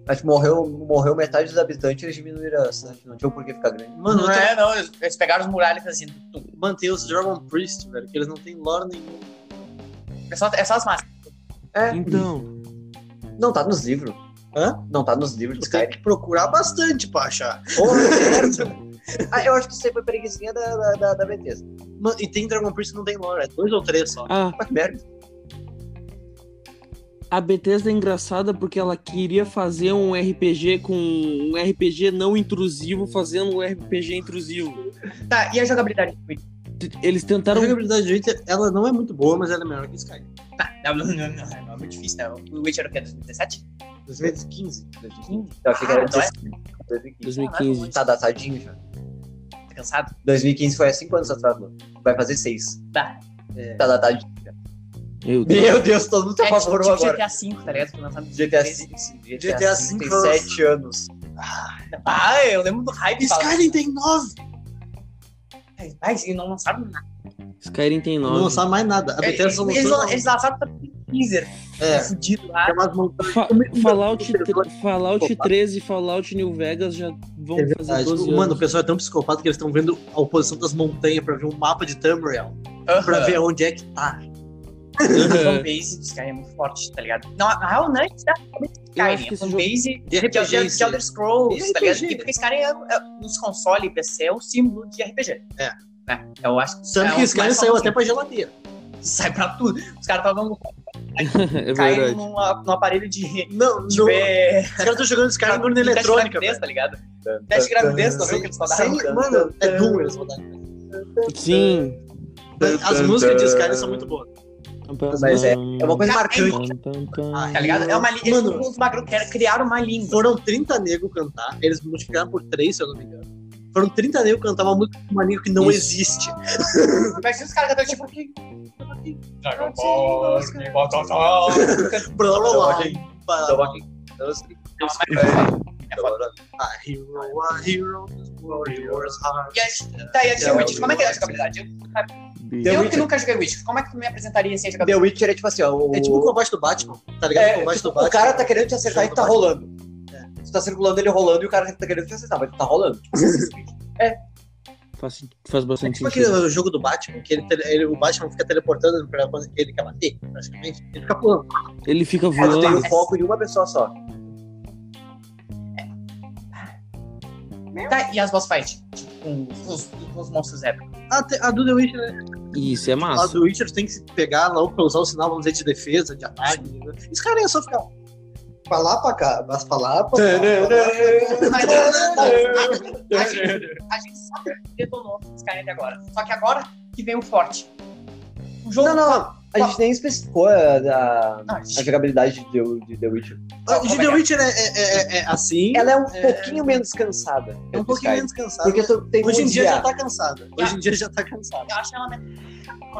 [SPEAKER 3] Mas morreu, morreu metade dos habitantes, eles diminuíram a cidade. Não tinha por que ficar grande.
[SPEAKER 1] Mano,
[SPEAKER 2] não
[SPEAKER 1] outra-
[SPEAKER 2] é, não. Eles eles pegaram os muralhas assim.
[SPEAKER 3] é?
[SPEAKER 2] Tudo.
[SPEAKER 1] Mano, tem os Dragon Priest, velho, que eles não têm lore nenhum.
[SPEAKER 2] É só, é só as máscaras.
[SPEAKER 3] É,
[SPEAKER 4] Então,
[SPEAKER 3] não tá nos livros.
[SPEAKER 1] Hã?
[SPEAKER 3] Não tá nos livros de
[SPEAKER 1] Tu tem
[SPEAKER 3] Skyrim.
[SPEAKER 1] que procurar bastante pra achar.
[SPEAKER 3] *laughs* Porra, certo. ah, eu acho que isso aí foi preguiçinha da, da, da, da Bethesda.
[SPEAKER 1] Mano, e tem Dragon Priest que não tem lore, é dois ou três só.
[SPEAKER 4] a,
[SPEAKER 3] Mas que merda. né,
[SPEAKER 4] a Bethesda é engraçada porque ela queria fazer um RPG com um RPG não intrusivo, fazendo um RPG intrusivo.
[SPEAKER 2] Tá, e a jogabilidade? do Witcher?
[SPEAKER 4] T- Eles
[SPEAKER 1] A
[SPEAKER 4] tentaram.
[SPEAKER 1] jogabilidade do Witcher, ela não é muito boa, mas ela é melhor que Skyrim.
[SPEAKER 2] Não, não, não, não, não, é muito difícil, né? O Witcher era o quê? 2017?
[SPEAKER 1] 2015.
[SPEAKER 2] 2015?
[SPEAKER 3] Eu achei que
[SPEAKER 2] Ah,
[SPEAKER 3] era
[SPEAKER 2] então é.
[SPEAKER 3] 2015.
[SPEAKER 4] 2015.
[SPEAKER 3] Tá datadinho já.
[SPEAKER 2] Tá cansado?
[SPEAKER 3] 2015 foi há 5 anos atrás, mano. Vai fazer 6.
[SPEAKER 2] Tá.
[SPEAKER 1] É.
[SPEAKER 3] Tá datadinho. já.
[SPEAKER 4] Meu Deus.
[SPEAKER 3] Meu Deus, todo mundo tá
[SPEAKER 2] É,
[SPEAKER 3] a favor
[SPEAKER 2] tipo, tipo
[SPEAKER 3] agora.
[SPEAKER 2] GTA V, tá ligado? Foi lançado em
[SPEAKER 3] GTA
[SPEAKER 2] 2013.
[SPEAKER 3] V.
[SPEAKER 1] GTA
[SPEAKER 3] GTA
[SPEAKER 1] V
[SPEAKER 3] V tem
[SPEAKER 1] foi-
[SPEAKER 3] 7 anos.
[SPEAKER 2] Ah, eu lembro do hype. de falar,
[SPEAKER 1] Skyrim tem nove! é
[SPEAKER 2] Mas eles não lançaram nada.
[SPEAKER 4] Skyrim tem
[SPEAKER 1] Não
[SPEAKER 4] nome.
[SPEAKER 1] lançaram mais É nada. A
[SPEAKER 2] Eles,
[SPEAKER 1] Bethesda não
[SPEAKER 2] eles,
[SPEAKER 1] lançou nada.
[SPEAKER 2] eles lançaram pra teaser. Tá
[SPEAKER 1] É.
[SPEAKER 2] Fudido lá.
[SPEAKER 1] Tem umas montanhas.
[SPEAKER 4] Fa- Fallout, tre- Fallout
[SPEAKER 1] Opa.
[SPEAKER 4] 13 e Fallout New Vegas já vão
[SPEAKER 1] É
[SPEAKER 4] fazer
[SPEAKER 1] verdade.
[SPEAKER 4] 12 anos. *laughs*
[SPEAKER 3] *laughs*
[SPEAKER 1] Mano, o pessoal é tão psicopata que eles estão vendo a oposição das montanhas pra ver um mapa de Tamriel. Pra ver onde é que tá.
[SPEAKER 2] A
[SPEAKER 4] Aham.
[SPEAKER 2] fanbase dos caras é muito forte, tá ligado? Não, a real não é que tá
[SPEAKER 4] Eu acho
[SPEAKER 2] Skyrim.
[SPEAKER 4] que
[SPEAKER 2] A
[SPEAKER 4] esse jogo...
[SPEAKER 2] fanbase
[SPEAKER 1] De
[SPEAKER 2] de,
[SPEAKER 1] RPG.
[SPEAKER 2] de, de Elder Scrolls, tá ligado?
[SPEAKER 1] RPG.
[SPEAKER 2] Porque Skyrim é, é, nos consoles e PC é o símbolo de RPG.
[SPEAKER 1] É.
[SPEAKER 2] Né? Eu acho que
[SPEAKER 1] Sabe
[SPEAKER 2] é
[SPEAKER 1] que
[SPEAKER 2] um-
[SPEAKER 1] esse cara
[SPEAKER 2] mais
[SPEAKER 1] saiu
[SPEAKER 2] famoso.
[SPEAKER 1] até pra geladeira.
[SPEAKER 2] *laughs* Sai pra tudo. Os caras estavam
[SPEAKER 4] é
[SPEAKER 2] caindo
[SPEAKER 4] verdade.
[SPEAKER 2] num, num aparelho de.
[SPEAKER 1] Não, não.
[SPEAKER 2] de ver-
[SPEAKER 1] Os caras estão jogando Skyrim na urna
[SPEAKER 2] Teste de
[SPEAKER 1] eletrônica,
[SPEAKER 2] gravidez,
[SPEAKER 1] velho.
[SPEAKER 2] tá ligado? Teste de gravidez, tu viu que eles rodaram?
[SPEAKER 1] Sem- Mano, é Doom eles rodaram.
[SPEAKER 4] Sim.
[SPEAKER 1] As músicas de Skyrim são muito boas.
[SPEAKER 3] Mas é uma coisa marcante.
[SPEAKER 2] Tá ligado? É uma li- eles
[SPEAKER 1] Mano.
[SPEAKER 2] os magro- cri- criaram uma língua.
[SPEAKER 1] Foram 30 negros cantar, eles multiplicaram por 3, se eu não me engano. Foram 30 negros cantar uma música de uma língua que não
[SPEAKER 4] Isso.
[SPEAKER 1] existe.
[SPEAKER 2] Imagina os caras cantando tipo. que- Dragon Ball, que bota-
[SPEAKER 1] Blá, blá, blá,
[SPEAKER 3] Eu
[SPEAKER 1] blá,
[SPEAKER 3] Então,
[SPEAKER 1] blá.
[SPEAKER 3] ok. Então, assim,
[SPEAKER 2] É foda.
[SPEAKER 1] A hero, a hero, this warrior's heart.
[SPEAKER 2] E aí, Tá, e a The Witch, como é que é a jogabilidade? Eu-
[SPEAKER 3] The
[SPEAKER 2] Eu que
[SPEAKER 3] Witcher.
[SPEAKER 2] nunca joguei Witch, como é que tu me apresentaria sem
[SPEAKER 3] The
[SPEAKER 2] jogabilidade?
[SPEAKER 3] Witcher é tipo assim, ó. O...
[SPEAKER 1] É tipo o combate do Batman, tá ligado?
[SPEAKER 3] É,
[SPEAKER 1] o combate
[SPEAKER 3] tipo,
[SPEAKER 1] do Batman.
[SPEAKER 3] o cara tá querendo te acertar e tu tá
[SPEAKER 1] Combate.
[SPEAKER 3] rolando. Tu tá circulando ele rolando e o cara tá querendo te acertar, mas tu
[SPEAKER 2] *laughs*
[SPEAKER 3] tá rolando. Tipo,
[SPEAKER 4] Faz, faz bastante
[SPEAKER 1] Tipo
[SPEAKER 4] sentido.
[SPEAKER 1] aquele jogo do Batman, que ele, tele- ele- o Batman fica teleportando pra quando ele quer bater, praticamente. né? Ele fica pulando.
[SPEAKER 4] Ele fica
[SPEAKER 3] mas tu tem o
[SPEAKER 4] voando.
[SPEAKER 3] foco de uma pessoa só.
[SPEAKER 2] Tá, e as boss fight? Tipo, com os, com os monstros épicos.
[SPEAKER 1] A, Ah, te- a do The Witcher, né?
[SPEAKER 4] Isso é
[SPEAKER 1] a
[SPEAKER 4] massa.
[SPEAKER 1] do Witcher tem que se pegar lá pra usar o sinal, vamos dizer, de defesa, de ataque. Né? Esse cara ia só ficar. Pra lá, pra cá, mas pra lá, pra cá.
[SPEAKER 2] Mas a, a gente, a gente sabe que detonou os caras até agora. Só que agora que vem o forte. O jogo. Ah,
[SPEAKER 3] Não, não, não. A gente nem especificou a, a-
[SPEAKER 2] Não,
[SPEAKER 3] a jogabilidade de The, de The Witcher.
[SPEAKER 1] Ah, o The Witcher é, é- é- é assim,
[SPEAKER 3] Ela é um pouquinho menos cansada.
[SPEAKER 1] é um
[SPEAKER 3] que
[SPEAKER 1] pouquinho
[SPEAKER 3] Skyrim,
[SPEAKER 1] menos cansada.
[SPEAKER 3] Porque tu tem
[SPEAKER 1] Hoje em
[SPEAKER 3] muito
[SPEAKER 1] dia já
[SPEAKER 3] diálogo.
[SPEAKER 1] tá cansada.
[SPEAKER 3] Ah.
[SPEAKER 1] Hoje em dia já tá cansada.
[SPEAKER 2] Eu acho ela melhor.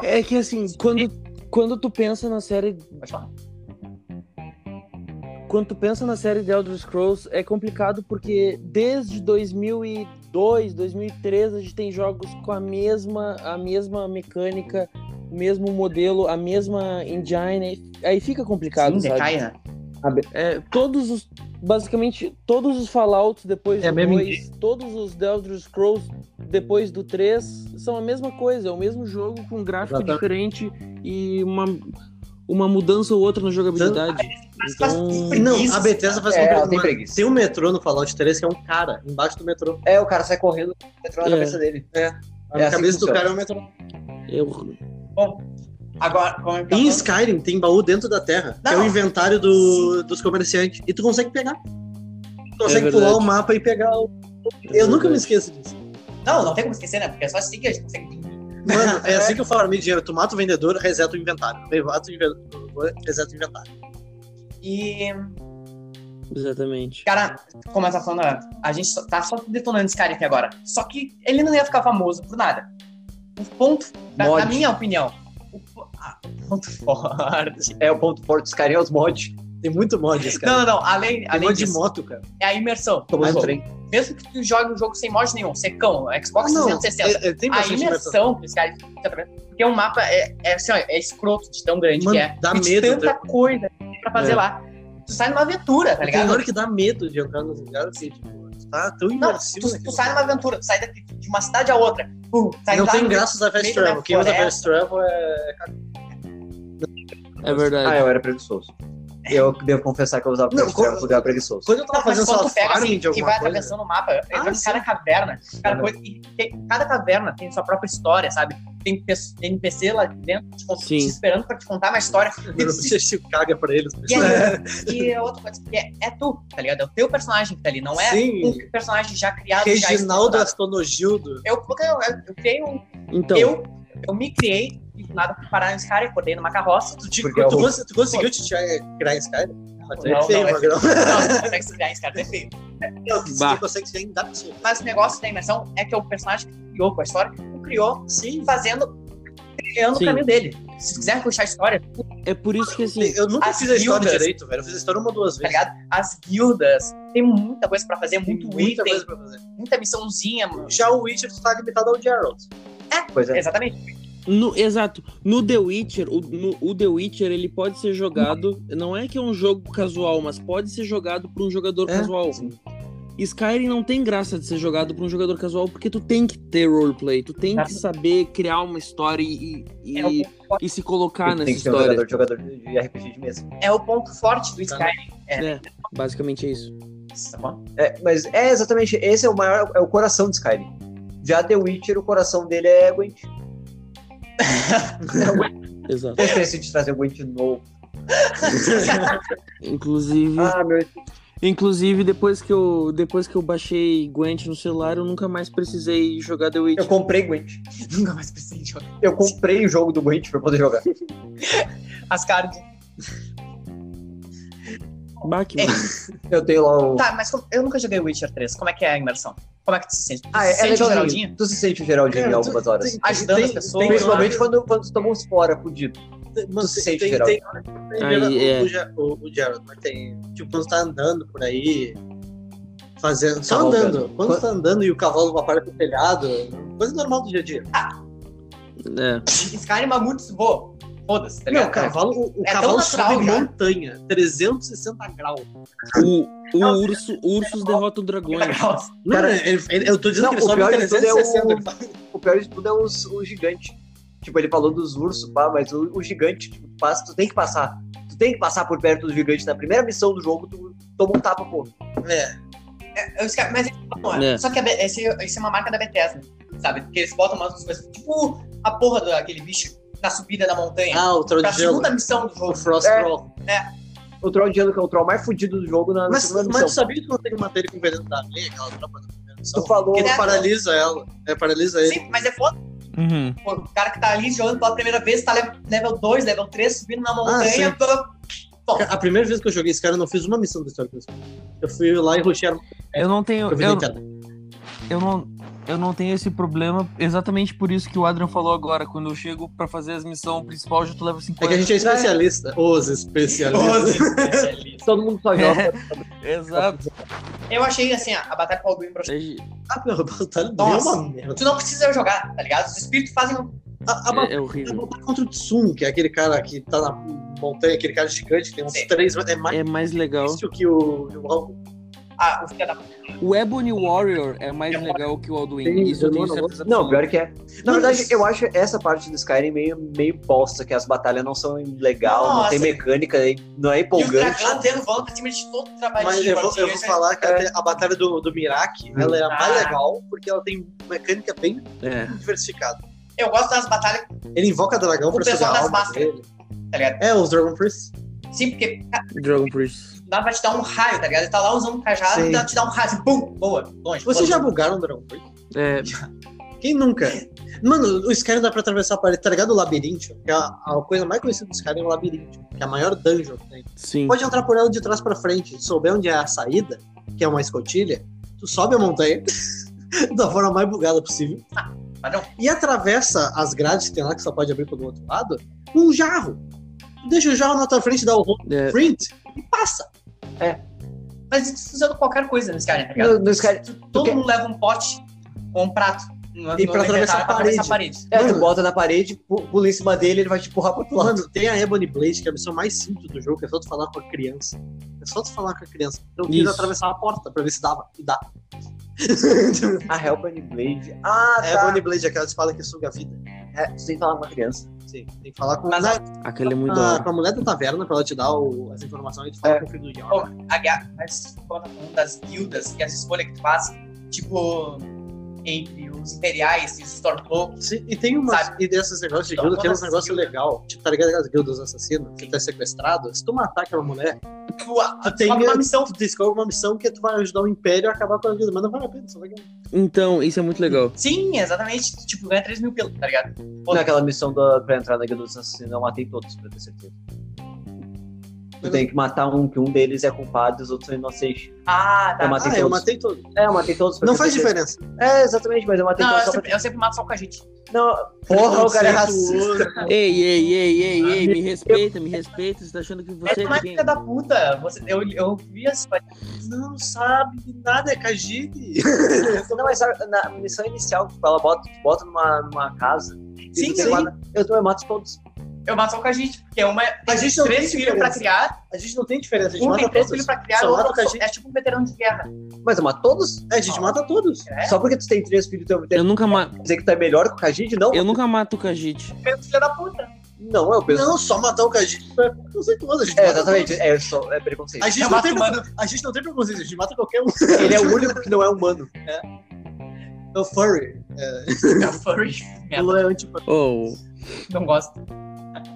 [SPEAKER 4] É que assim, quando, quando tu pensa na série.
[SPEAKER 2] Pode falar.
[SPEAKER 4] Quando tu pensa na série de Elder Scrolls, é complicado porque desde 2002, 2013, a gente tem jogos com a mesma, a mesma mecânica, o mesmo modelo, a mesma engine. Aí fica complicado,
[SPEAKER 2] Sim,
[SPEAKER 4] sabe?
[SPEAKER 2] decai, né?
[SPEAKER 4] É, todos os. Basicamente, todos os Fallouts depois
[SPEAKER 1] É a
[SPEAKER 4] do
[SPEAKER 1] mesma
[SPEAKER 4] 2, todos os The Elder Scrolls depois do 3 são a mesma coisa, é o mesmo jogo com um gráfico
[SPEAKER 1] Exatamente.
[SPEAKER 4] diferente e uma, uma mudança ou outra na jogabilidade. Então,
[SPEAKER 1] Não, a Bethesda faz
[SPEAKER 3] É,
[SPEAKER 1] uma
[SPEAKER 3] ela tem
[SPEAKER 1] coisa.
[SPEAKER 3] preguiça.
[SPEAKER 1] Tem um metrô no Fallout 3 que é um cara embaixo do metrô.
[SPEAKER 3] É, o cara sai correndo, entrou na
[SPEAKER 4] É.
[SPEAKER 3] cabeça dele.
[SPEAKER 1] A
[SPEAKER 3] É assim
[SPEAKER 1] cabeça
[SPEAKER 3] que
[SPEAKER 1] do
[SPEAKER 3] funciona.
[SPEAKER 1] cara é um metrô.
[SPEAKER 4] eu-
[SPEAKER 2] Agora, como é tá eu tava
[SPEAKER 1] Em
[SPEAKER 2] falando-
[SPEAKER 1] Skyrim tem baú dentro da terra, que é o
[SPEAKER 2] Não.
[SPEAKER 1] inventário do- dos comerciantes. E tu consegue pegar.
[SPEAKER 2] É
[SPEAKER 1] Tu consegue
[SPEAKER 4] verdade.
[SPEAKER 1] pular o mapa e pegar o. Eu nunca me esqueço disso.
[SPEAKER 2] Não, não tem como esquecer, né? Porque é só assim que a gente consegue.
[SPEAKER 1] Mano, é assim que eu farmei dinheiro. Tu mata o vendedor, reseta o inventário. Mata o vendedor, reseta o inventário.
[SPEAKER 2] E,
[SPEAKER 4] Exatamente.
[SPEAKER 2] cara, como eu tava falando, a gente só- tá só detonando esse cara aqui agora. Só que ele não ia ficar famoso por nada. O ponto, na,
[SPEAKER 3] Mod.
[SPEAKER 2] na minha opinião, o po- ah,
[SPEAKER 1] é
[SPEAKER 2] ponto forte.
[SPEAKER 3] É o ponto forte dos caras, é os mods.
[SPEAKER 1] Tem muito mod esse cara.
[SPEAKER 2] Não, não, não. Além,
[SPEAKER 1] Tem
[SPEAKER 2] além
[SPEAKER 1] mod de
[SPEAKER 2] disso,
[SPEAKER 1] moto, cara.
[SPEAKER 2] é a imersão.
[SPEAKER 3] Como
[SPEAKER 2] do
[SPEAKER 3] os
[SPEAKER 2] jogo.
[SPEAKER 3] trem.
[SPEAKER 2] Mesmo que tu jogue um jogo sem mod nenhum, secão, Xbox
[SPEAKER 1] não,
[SPEAKER 2] 360.
[SPEAKER 1] é- é- tem
[SPEAKER 2] a
[SPEAKER 1] bastante imersão.
[SPEAKER 2] imersão que os caras ficam trabalhando. Porque o mapa é, é, assim, ó, é escroto de tão grande
[SPEAKER 1] Mano,
[SPEAKER 2] que é.
[SPEAKER 1] dá
[SPEAKER 2] e de
[SPEAKER 1] medo,
[SPEAKER 2] tanta coisa que tem pra fazer
[SPEAKER 4] É.
[SPEAKER 2] lá. Tu sai numa aventura, tá
[SPEAKER 1] Tem
[SPEAKER 2] ligado?
[SPEAKER 1] hora que dá medo de entrar nos lugares que, tipo, tu tá tão
[SPEAKER 2] Não,
[SPEAKER 1] imersivo
[SPEAKER 2] tu, tu
[SPEAKER 1] naquilo.
[SPEAKER 2] sai numa aventura, tu sai daqui de uma cidade a outra. Pum, sai
[SPEAKER 1] Não
[SPEAKER 2] lá
[SPEAKER 1] tem
[SPEAKER 2] no-
[SPEAKER 1] graças a Fast
[SPEAKER 2] meio da
[SPEAKER 1] Travel. Quem usa
[SPEAKER 2] floresta.
[SPEAKER 1] Fast Travel é.
[SPEAKER 4] É verdade.
[SPEAKER 3] Ah, eu era preguiçoso. Eu devo confessar que eu usava um
[SPEAKER 1] Não,
[SPEAKER 3] Não,
[SPEAKER 1] como-
[SPEAKER 3] porque eu era preguiçsoso.
[SPEAKER 1] Quando eu
[SPEAKER 2] Não,
[SPEAKER 1] tava
[SPEAKER 2] mas
[SPEAKER 1] Tá fazendo
[SPEAKER 2] quando
[SPEAKER 1] só
[SPEAKER 2] tu pega
[SPEAKER 1] farm
[SPEAKER 2] assim
[SPEAKER 1] de
[SPEAKER 2] e
[SPEAKER 1] alguma
[SPEAKER 2] vai
[SPEAKER 1] coisa. Ah,
[SPEAKER 2] atravessando o mapa, é entra em
[SPEAKER 1] sim. Uhum.
[SPEAKER 2] cada caverna, cada coisa, e tem- cada caverna tem sua própria história, sabe? Tem pes- tem NPC lá dentro te, cont-
[SPEAKER 4] Sim.
[SPEAKER 2] te esperando pra te contar uma
[SPEAKER 1] *laughs*
[SPEAKER 2] história.
[SPEAKER 1] *laughs* Não sei se caga pra eles.
[SPEAKER 2] E é, e é outra coisa, porque é, é tu, tá ligado? É o teu personagem que tá ali, não é
[SPEAKER 1] Sim.
[SPEAKER 2] um personagem já criado, já
[SPEAKER 1] Reginaldo
[SPEAKER 2] estruturado.
[SPEAKER 1] Astonogildo.
[SPEAKER 2] Eu, porque eu, eu, eu criei um.
[SPEAKER 4] Então,
[SPEAKER 2] eu, eu me criei, e do nada fui parar nesse cara, eu acordei numa
[SPEAKER 1] *laughs*
[SPEAKER 2] carroça.
[SPEAKER 1] Tu, te-
[SPEAKER 3] Porque é
[SPEAKER 1] tipo, tu
[SPEAKER 3] o-
[SPEAKER 1] cons- tu conseguiu te tirar- eh, criar esse cara? Mas tu
[SPEAKER 2] não,
[SPEAKER 1] é feio,
[SPEAKER 2] não, é-
[SPEAKER 1] magrão.
[SPEAKER 2] Não, não consegue se criar esse cara, tu é feio.
[SPEAKER 1] Não, Tu
[SPEAKER 4] Bah.
[SPEAKER 1] consegue se ainda assim.
[SPEAKER 2] Mas o negócio da imersão é que é o personagem que criou com a história, que tu criou, sim, fazendo, criando
[SPEAKER 4] Sim.
[SPEAKER 2] o caminho dele. Se quiser puxar a história, tá
[SPEAKER 4] é por isso que assim.
[SPEAKER 1] Eu nunca
[SPEAKER 2] As
[SPEAKER 1] fiz a história
[SPEAKER 2] guildas.
[SPEAKER 1] direito, velho. Eu fiz a história uma ou duas vezes.
[SPEAKER 2] ligado? As guildas, tem muita coisa pra fazer, muito
[SPEAKER 1] Muita
[SPEAKER 2] item,
[SPEAKER 1] coisa pra fazer.
[SPEAKER 2] muita missãozinha, mano.
[SPEAKER 1] Já o Witcher tu tá limitado ao Geralt.
[SPEAKER 3] Pois é.
[SPEAKER 2] Exatamente.
[SPEAKER 4] No, exato. No The Witcher, o, no- o The Witcher ele pode ser jogado. Não é que é um jogo casual, mas pode ser jogado por um jogador
[SPEAKER 1] É,
[SPEAKER 4] casual.
[SPEAKER 3] sim.
[SPEAKER 4] Skyrim não tem graça de ser jogado por um jogador casual, porque tu tem que ter roleplay, tu tem que
[SPEAKER 2] Exato.
[SPEAKER 4] saber criar uma história e, e,
[SPEAKER 2] É o,
[SPEAKER 4] e se colocar nessa
[SPEAKER 3] Tem que ser um
[SPEAKER 4] história.
[SPEAKER 3] jogador, jogador de RPG de mesa.
[SPEAKER 2] é o ponto forte do Skyrim,
[SPEAKER 4] É, basicamente é isso.
[SPEAKER 2] tá bom?
[SPEAKER 3] É, mas é exatamente, esse é o maior, é o coração de Skyrim. Já The Witcher, o coração dele
[SPEAKER 2] *laughs*
[SPEAKER 3] é Gwent.
[SPEAKER 4] Exato.
[SPEAKER 3] Eu esqueci de trazer o Gwent novo.
[SPEAKER 2] Hum.
[SPEAKER 4] Inclusive,
[SPEAKER 3] Ah, meu...
[SPEAKER 4] inclusive depois, que eu, depois que eu baixei Gwent no celular, eu nunca mais precisei jogar The Witcher.
[SPEAKER 3] Eu comprei Gwent.
[SPEAKER 2] Nunca mais pensei em jogar.
[SPEAKER 3] Eu comprei o jogo do Gwent pra poder jogar.
[SPEAKER 2] As caras
[SPEAKER 4] Bah, que mano.
[SPEAKER 3] Eu tenho lá o...
[SPEAKER 2] Tá, mas como- eu nunca joguei Witcher 3. Como é que é a imersão? Como é que tu se sente? Tu
[SPEAKER 3] Ah,
[SPEAKER 2] se
[SPEAKER 3] é, é
[SPEAKER 2] sente o
[SPEAKER 3] legalzinho.
[SPEAKER 2] Geraldinho?
[SPEAKER 3] Tu se sente o Geraldinho em
[SPEAKER 1] Cara, tu-
[SPEAKER 3] algumas horas.
[SPEAKER 1] tem-
[SPEAKER 2] Ajudando
[SPEAKER 1] tem-
[SPEAKER 2] as pessoas.
[SPEAKER 1] tem-
[SPEAKER 3] Principalmente quando, quando estamos fora, fudido.
[SPEAKER 1] Mano,
[SPEAKER 3] né? se
[SPEAKER 1] tem,
[SPEAKER 3] sente
[SPEAKER 1] tem,
[SPEAKER 3] geral.
[SPEAKER 1] tem hora que tem
[SPEAKER 4] Aí,
[SPEAKER 1] Geralt-
[SPEAKER 4] é.
[SPEAKER 1] o, Ger- o, o Geralt, mas tem. Tipo, quando tu tá andando por aí, fazendo. Só
[SPEAKER 3] Cavalgando.
[SPEAKER 1] andando. Quando tu tá andando e o cavalo para pro telhado, coisa normal do dia a dia.
[SPEAKER 4] É.
[SPEAKER 2] Skyrim Mamuts voa. Foda-se, tá
[SPEAKER 1] Meu,
[SPEAKER 2] ligado?
[SPEAKER 1] o cavalo, o, o
[SPEAKER 2] É tão
[SPEAKER 1] cavalo
[SPEAKER 2] natural
[SPEAKER 1] sobe
[SPEAKER 2] já.
[SPEAKER 1] montanha, 360 graus.
[SPEAKER 4] O, o urso, ursos derrotam dragões.
[SPEAKER 2] Legal.
[SPEAKER 1] Não, é,
[SPEAKER 3] Cara,
[SPEAKER 1] ele- ele- eu tô dizendo
[SPEAKER 3] não,
[SPEAKER 1] que ele
[SPEAKER 3] o
[SPEAKER 1] sobe
[SPEAKER 3] pior de tudo é o-
[SPEAKER 1] 360 graus.
[SPEAKER 3] O pior de tudo é os, o gigante. Tipo, ele falou dos ursos, pá, mas o, o gigante, tipo, passa, tu tem que passar. Tu tem que passar por perto do gigante. Na primeira missão do jogo, tu toma um tapa, pô.
[SPEAKER 1] É,
[SPEAKER 2] Eu esca- Mas não é.
[SPEAKER 4] É.
[SPEAKER 2] Só que a Be- esse, esse é uma marca da Bethesda, sabe? Porque eles botam umas coisas. Tipo a porra daquele bicho na subida da montanha.
[SPEAKER 1] Ah, o troll
[SPEAKER 2] pra
[SPEAKER 1] de gelo.
[SPEAKER 2] segunda missão do
[SPEAKER 1] O
[SPEAKER 2] jogo.
[SPEAKER 1] Frost
[SPEAKER 3] É.
[SPEAKER 1] Troll.
[SPEAKER 3] O troll de gelo, que é o troll mais fudido do jogo, na, na
[SPEAKER 1] Mas,
[SPEAKER 3] segunda
[SPEAKER 1] mas tu
[SPEAKER 3] missão.
[SPEAKER 1] sabia que consegue matar ele com veneno da areia, aquela tropa da primeira missão?
[SPEAKER 3] Tu falou...
[SPEAKER 1] Porque ele
[SPEAKER 2] É.
[SPEAKER 1] paralisa ela. É, paralisa ele.
[SPEAKER 2] Sim, mas é foda.
[SPEAKER 4] Uhum.
[SPEAKER 2] pô. O cara que tá ali jogando pela primeira vez tá le- level 2, level 3, subindo
[SPEAKER 3] Ah,
[SPEAKER 2] na montanha.
[SPEAKER 1] sim.
[SPEAKER 2] blá,
[SPEAKER 1] Cara, A primeira vez que eu joguei esse cara, eu não fiz uma missão do Star Wars. Eu fui lá e rushei a arma
[SPEAKER 4] Eu não tenho.
[SPEAKER 1] que eu vi na
[SPEAKER 4] Eu,
[SPEAKER 1] internet.
[SPEAKER 4] eu, não, eu não tenho esse problema. Exatamente por isso que o Adrian falou agora. Quando eu chego pra fazer as missões principais, já tu leva 50.
[SPEAKER 1] É que a gente é especialista. Os especialistas.
[SPEAKER 2] Doze.
[SPEAKER 3] Todo mundo só joga.
[SPEAKER 4] Exato. É,
[SPEAKER 2] Eu achei assim, a a Batalha com o Alduin pra
[SPEAKER 1] *laughs* Ah, meu, a batalha deu
[SPEAKER 2] Nossa.
[SPEAKER 1] uma merda.
[SPEAKER 2] Tu não precisa jogar, tá ligado? Os espíritos fazem um
[SPEAKER 1] A, a batalha
[SPEAKER 4] É, é horrível.
[SPEAKER 1] contra o Tsum, que é aquele cara que tá na montanha, aquele cara gigante, que tem uns
[SPEAKER 2] Sim.
[SPEAKER 1] três. É mais
[SPEAKER 4] É mais legal.
[SPEAKER 1] difícil que o, que o Algo.
[SPEAKER 2] Ah, o filho da puta.
[SPEAKER 4] O Ebony Warrior é mais legal que o Alduin. Isso eu tenho certeza.
[SPEAKER 3] Não,
[SPEAKER 4] absoluta.
[SPEAKER 3] pior que é. Na verdade, eu acho essa parte do Skyrim meio, meio bosta, que as batalhas não são legal, não
[SPEAKER 2] Nossa.
[SPEAKER 3] tem mecânica, não é
[SPEAKER 2] E o
[SPEAKER 3] empolgante.
[SPEAKER 2] dragão dando volta acima de todo o trabalho
[SPEAKER 1] Mas
[SPEAKER 2] de
[SPEAKER 1] eu vou, eu vou
[SPEAKER 2] Isso é-
[SPEAKER 1] falar que até a batalha do, do Miraki, ela é a mais
[SPEAKER 2] Ah.
[SPEAKER 1] legal, porque ela tem mecânica bem
[SPEAKER 4] É.
[SPEAKER 1] diversificada.
[SPEAKER 2] Eu gosto das batalhas,
[SPEAKER 1] Ele invoca dragão
[SPEAKER 2] O
[SPEAKER 1] pra
[SPEAKER 2] pessoal
[SPEAKER 1] sugar a
[SPEAKER 2] das
[SPEAKER 1] alma
[SPEAKER 2] máscaras.
[SPEAKER 1] dele.
[SPEAKER 2] tá ligado?
[SPEAKER 1] É, os Dragon Priests.
[SPEAKER 2] Sim, porque
[SPEAKER 4] Dragon Priest.
[SPEAKER 2] dá pra te dar um raio, tá ligado? Ele tá lá usando um cajado
[SPEAKER 1] Sim.
[SPEAKER 2] e dá pra te dar um raio, assim, pum, boa, longe.
[SPEAKER 1] Vocês
[SPEAKER 2] boa.
[SPEAKER 1] já bugaram o Dragon Priest?
[SPEAKER 4] É.
[SPEAKER 1] Quem nunca? Mano, o Skyrim dá pra atravessar a parede, tá ligado? O labirinto, que é a, a coisa mais conhecida do Skyrim é o labirinto, que é a maior dungeon que tem.
[SPEAKER 4] Sim.
[SPEAKER 1] Pode entrar por ela de trás pra frente, se souber onde é a saída, que é uma escotilha, tu sobe a montanha *laughs* da forma mais bugada possível.
[SPEAKER 2] mas não.
[SPEAKER 1] E atravessa as grades que tem lá, que só pode abrir pelo outro lado, com um jarro. Tu deixa o jarro na tua frente, dá o roll
[SPEAKER 4] É.
[SPEAKER 1] print e passa.
[SPEAKER 2] Mas isso funciona com qualquer coisa nesse cara, tá ligado?
[SPEAKER 3] No, no Skyrim.
[SPEAKER 2] Todo
[SPEAKER 3] Porque-
[SPEAKER 2] mundo leva um pote ou um prato. No,
[SPEAKER 1] E pra atravessar a
[SPEAKER 2] pra atravessar a parede.
[SPEAKER 3] É, tu
[SPEAKER 1] Mano.
[SPEAKER 3] bota na parede, pu- pula em cima dele, ele vai te empurrar pro outro lado.
[SPEAKER 1] Mano, tem a Ebony Blade, que é a missão mais simples do jogo, que é só tu falar com a criança. É só tu falar com a criança. Então eu quis
[SPEAKER 4] Isso.
[SPEAKER 1] atravessar a porta pra ver se dava. E dá.
[SPEAKER 3] A Help and Blade. Ah,
[SPEAKER 1] É
[SPEAKER 3] tá.
[SPEAKER 1] Ebony Blade, aquela espada que suga a vida.
[SPEAKER 3] É, tu tem que falar com uma criança.
[SPEAKER 1] Sim, tem que falar com,
[SPEAKER 2] Mas a-
[SPEAKER 4] Aquele é muito da
[SPEAKER 1] a,
[SPEAKER 4] hora.
[SPEAKER 1] com a mulher da taverna pra ela te dar o- as informações e tu fala
[SPEAKER 3] É.
[SPEAKER 1] com o filho do York.
[SPEAKER 2] Pô, a guerra, mas tu conta com das guildas e as escolhas que tu faz, tipo, entre os imperiais e os Stormcloaks.
[SPEAKER 1] Sim, e tem umas. E desses negócios de
[SPEAKER 2] Então,
[SPEAKER 1] guilda, tem
[SPEAKER 2] quando
[SPEAKER 1] uns negócios
[SPEAKER 2] guildas-
[SPEAKER 1] legal. Tipo, tá ligado aquelas guildas assassinas? Que tá sequestrado. Se tu matar aquela mulher,
[SPEAKER 2] Tu, a-
[SPEAKER 1] tu
[SPEAKER 2] tu
[SPEAKER 1] tem
[SPEAKER 2] faz uma missão.
[SPEAKER 1] Tu descobre uma missão que tu vai ajudar o Império a acabar com a guilda. Mas não vale a pena, só vai ganhar.
[SPEAKER 4] Então, isso é muito legal.
[SPEAKER 2] Sim, exatamente. Tu, Tipo, ganha 3 mil pelo, tá ligado? Pô,
[SPEAKER 1] é
[SPEAKER 3] Naquela é missão da, pra entrar na Guilda dos Assassinos, eu matei todos, pra ter certeza. Tu tem que matar um, que um deles é culpado e os outros são inocentes.
[SPEAKER 2] Ah, tá.
[SPEAKER 3] Eu
[SPEAKER 1] Ah,
[SPEAKER 3] matei
[SPEAKER 1] eu
[SPEAKER 3] todos.
[SPEAKER 1] matei todos.
[SPEAKER 3] É, eu matei todos. pra
[SPEAKER 1] Não
[SPEAKER 3] ter
[SPEAKER 1] faz
[SPEAKER 3] certeza.
[SPEAKER 1] diferença.
[SPEAKER 3] É, exatamente, mas eu
[SPEAKER 1] Então,
[SPEAKER 3] matei
[SPEAKER 2] Não, eu
[SPEAKER 3] todos só pra...
[SPEAKER 2] sempre, eu sempre mato só com a gente.
[SPEAKER 3] Não, porra, o cara é racista.
[SPEAKER 4] Ei, ei, ei, ei, ei, me respeita, me respeita. Você tá achando que você
[SPEAKER 2] Você
[SPEAKER 4] é
[SPEAKER 2] é mais
[SPEAKER 4] quem?
[SPEAKER 2] filha da puta. Você, eu, eu vi as
[SPEAKER 1] Não sabe de nada, é Kajiri.
[SPEAKER 3] Não, mas sabe, na missão inicial, tipo, ela bota, bota numa, numa casa. e
[SPEAKER 2] Sim,
[SPEAKER 3] tu tem
[SPEAKER 2] sim.
[SPEAKER 3] uma- Eu também mato todos.
[SPEAKER 2] Eu mato só com a gente, porque uma é
[SPEAKER 1] A gente não tem
[SPEAKER 2] três filhos pra
[SPEAKER 1] diferença.
[SPEAKER 2] criar,
[SPEAKER 1] A gente não tem diferença, a gente
[SPEAKER 2] um tem
[SPEAKER 1] mata
[SPEAKER 2] três
[SPEAKER 1] todos.
[SPEAKER 2] filhos pra criar,
[SPEAKER 1] Só mata com a
[SPEAKER 2] outro
[SPEAKER 1] gente.
[SPEAKER 2] é tipo um veterano de guerra.
[SPEAKER 3] Mas eu mato todos?
[SPEAKER 1] É, a gente mata todos.
[SPEAKER 2] É?
[SPEAKER 3] Só porque tu tem três filhos, tu
[SPEAKER 4] Eu
[SPEAKER 3] tem
[SPEAKER 4] nunca, ma...
[SPEAKER 3] dizer que tu é melhor que o Kajid? Não,
[SPEAKER 4] eu nunca mato o Kajit.
[SPEAKER 2] É um filho da
[SPEAKER 1] *laughs*
[SPEAKER 2] puta.
[SPEAKER 3] não, eu penso...
[SPEAKER 1] Não, só matar o Kajiri é preconceituoso. A gente
[SPEAKER 3] É,
[SPEAKER 1] mata
[SPEAKER 3] exatamente,
[SPEAKER 1] todos.
[SPEAKER 3] é, eu sou- é preconceito.
[SPEAKER 1] A gente,
[SPEAKER 2] Eu
[SPEAKER 1] não
[SPEAKER 2] mato
[SPEAKER 1] tem,
[SPEAKER 2] humano.
[SPEAKER 1] a gente não tem preconceito, a gente mata qualquer um.
[SPEAKER 3] Ele é o único que não é humano.
[SPEAKER 1] É o furry.
[SPEAKER 2] É furry. Merda,
[SPEAKER 1] Ele é antipa-
[SPEAKER 4] Oh,
[SPEAKER 2] Não gosto. *laughs*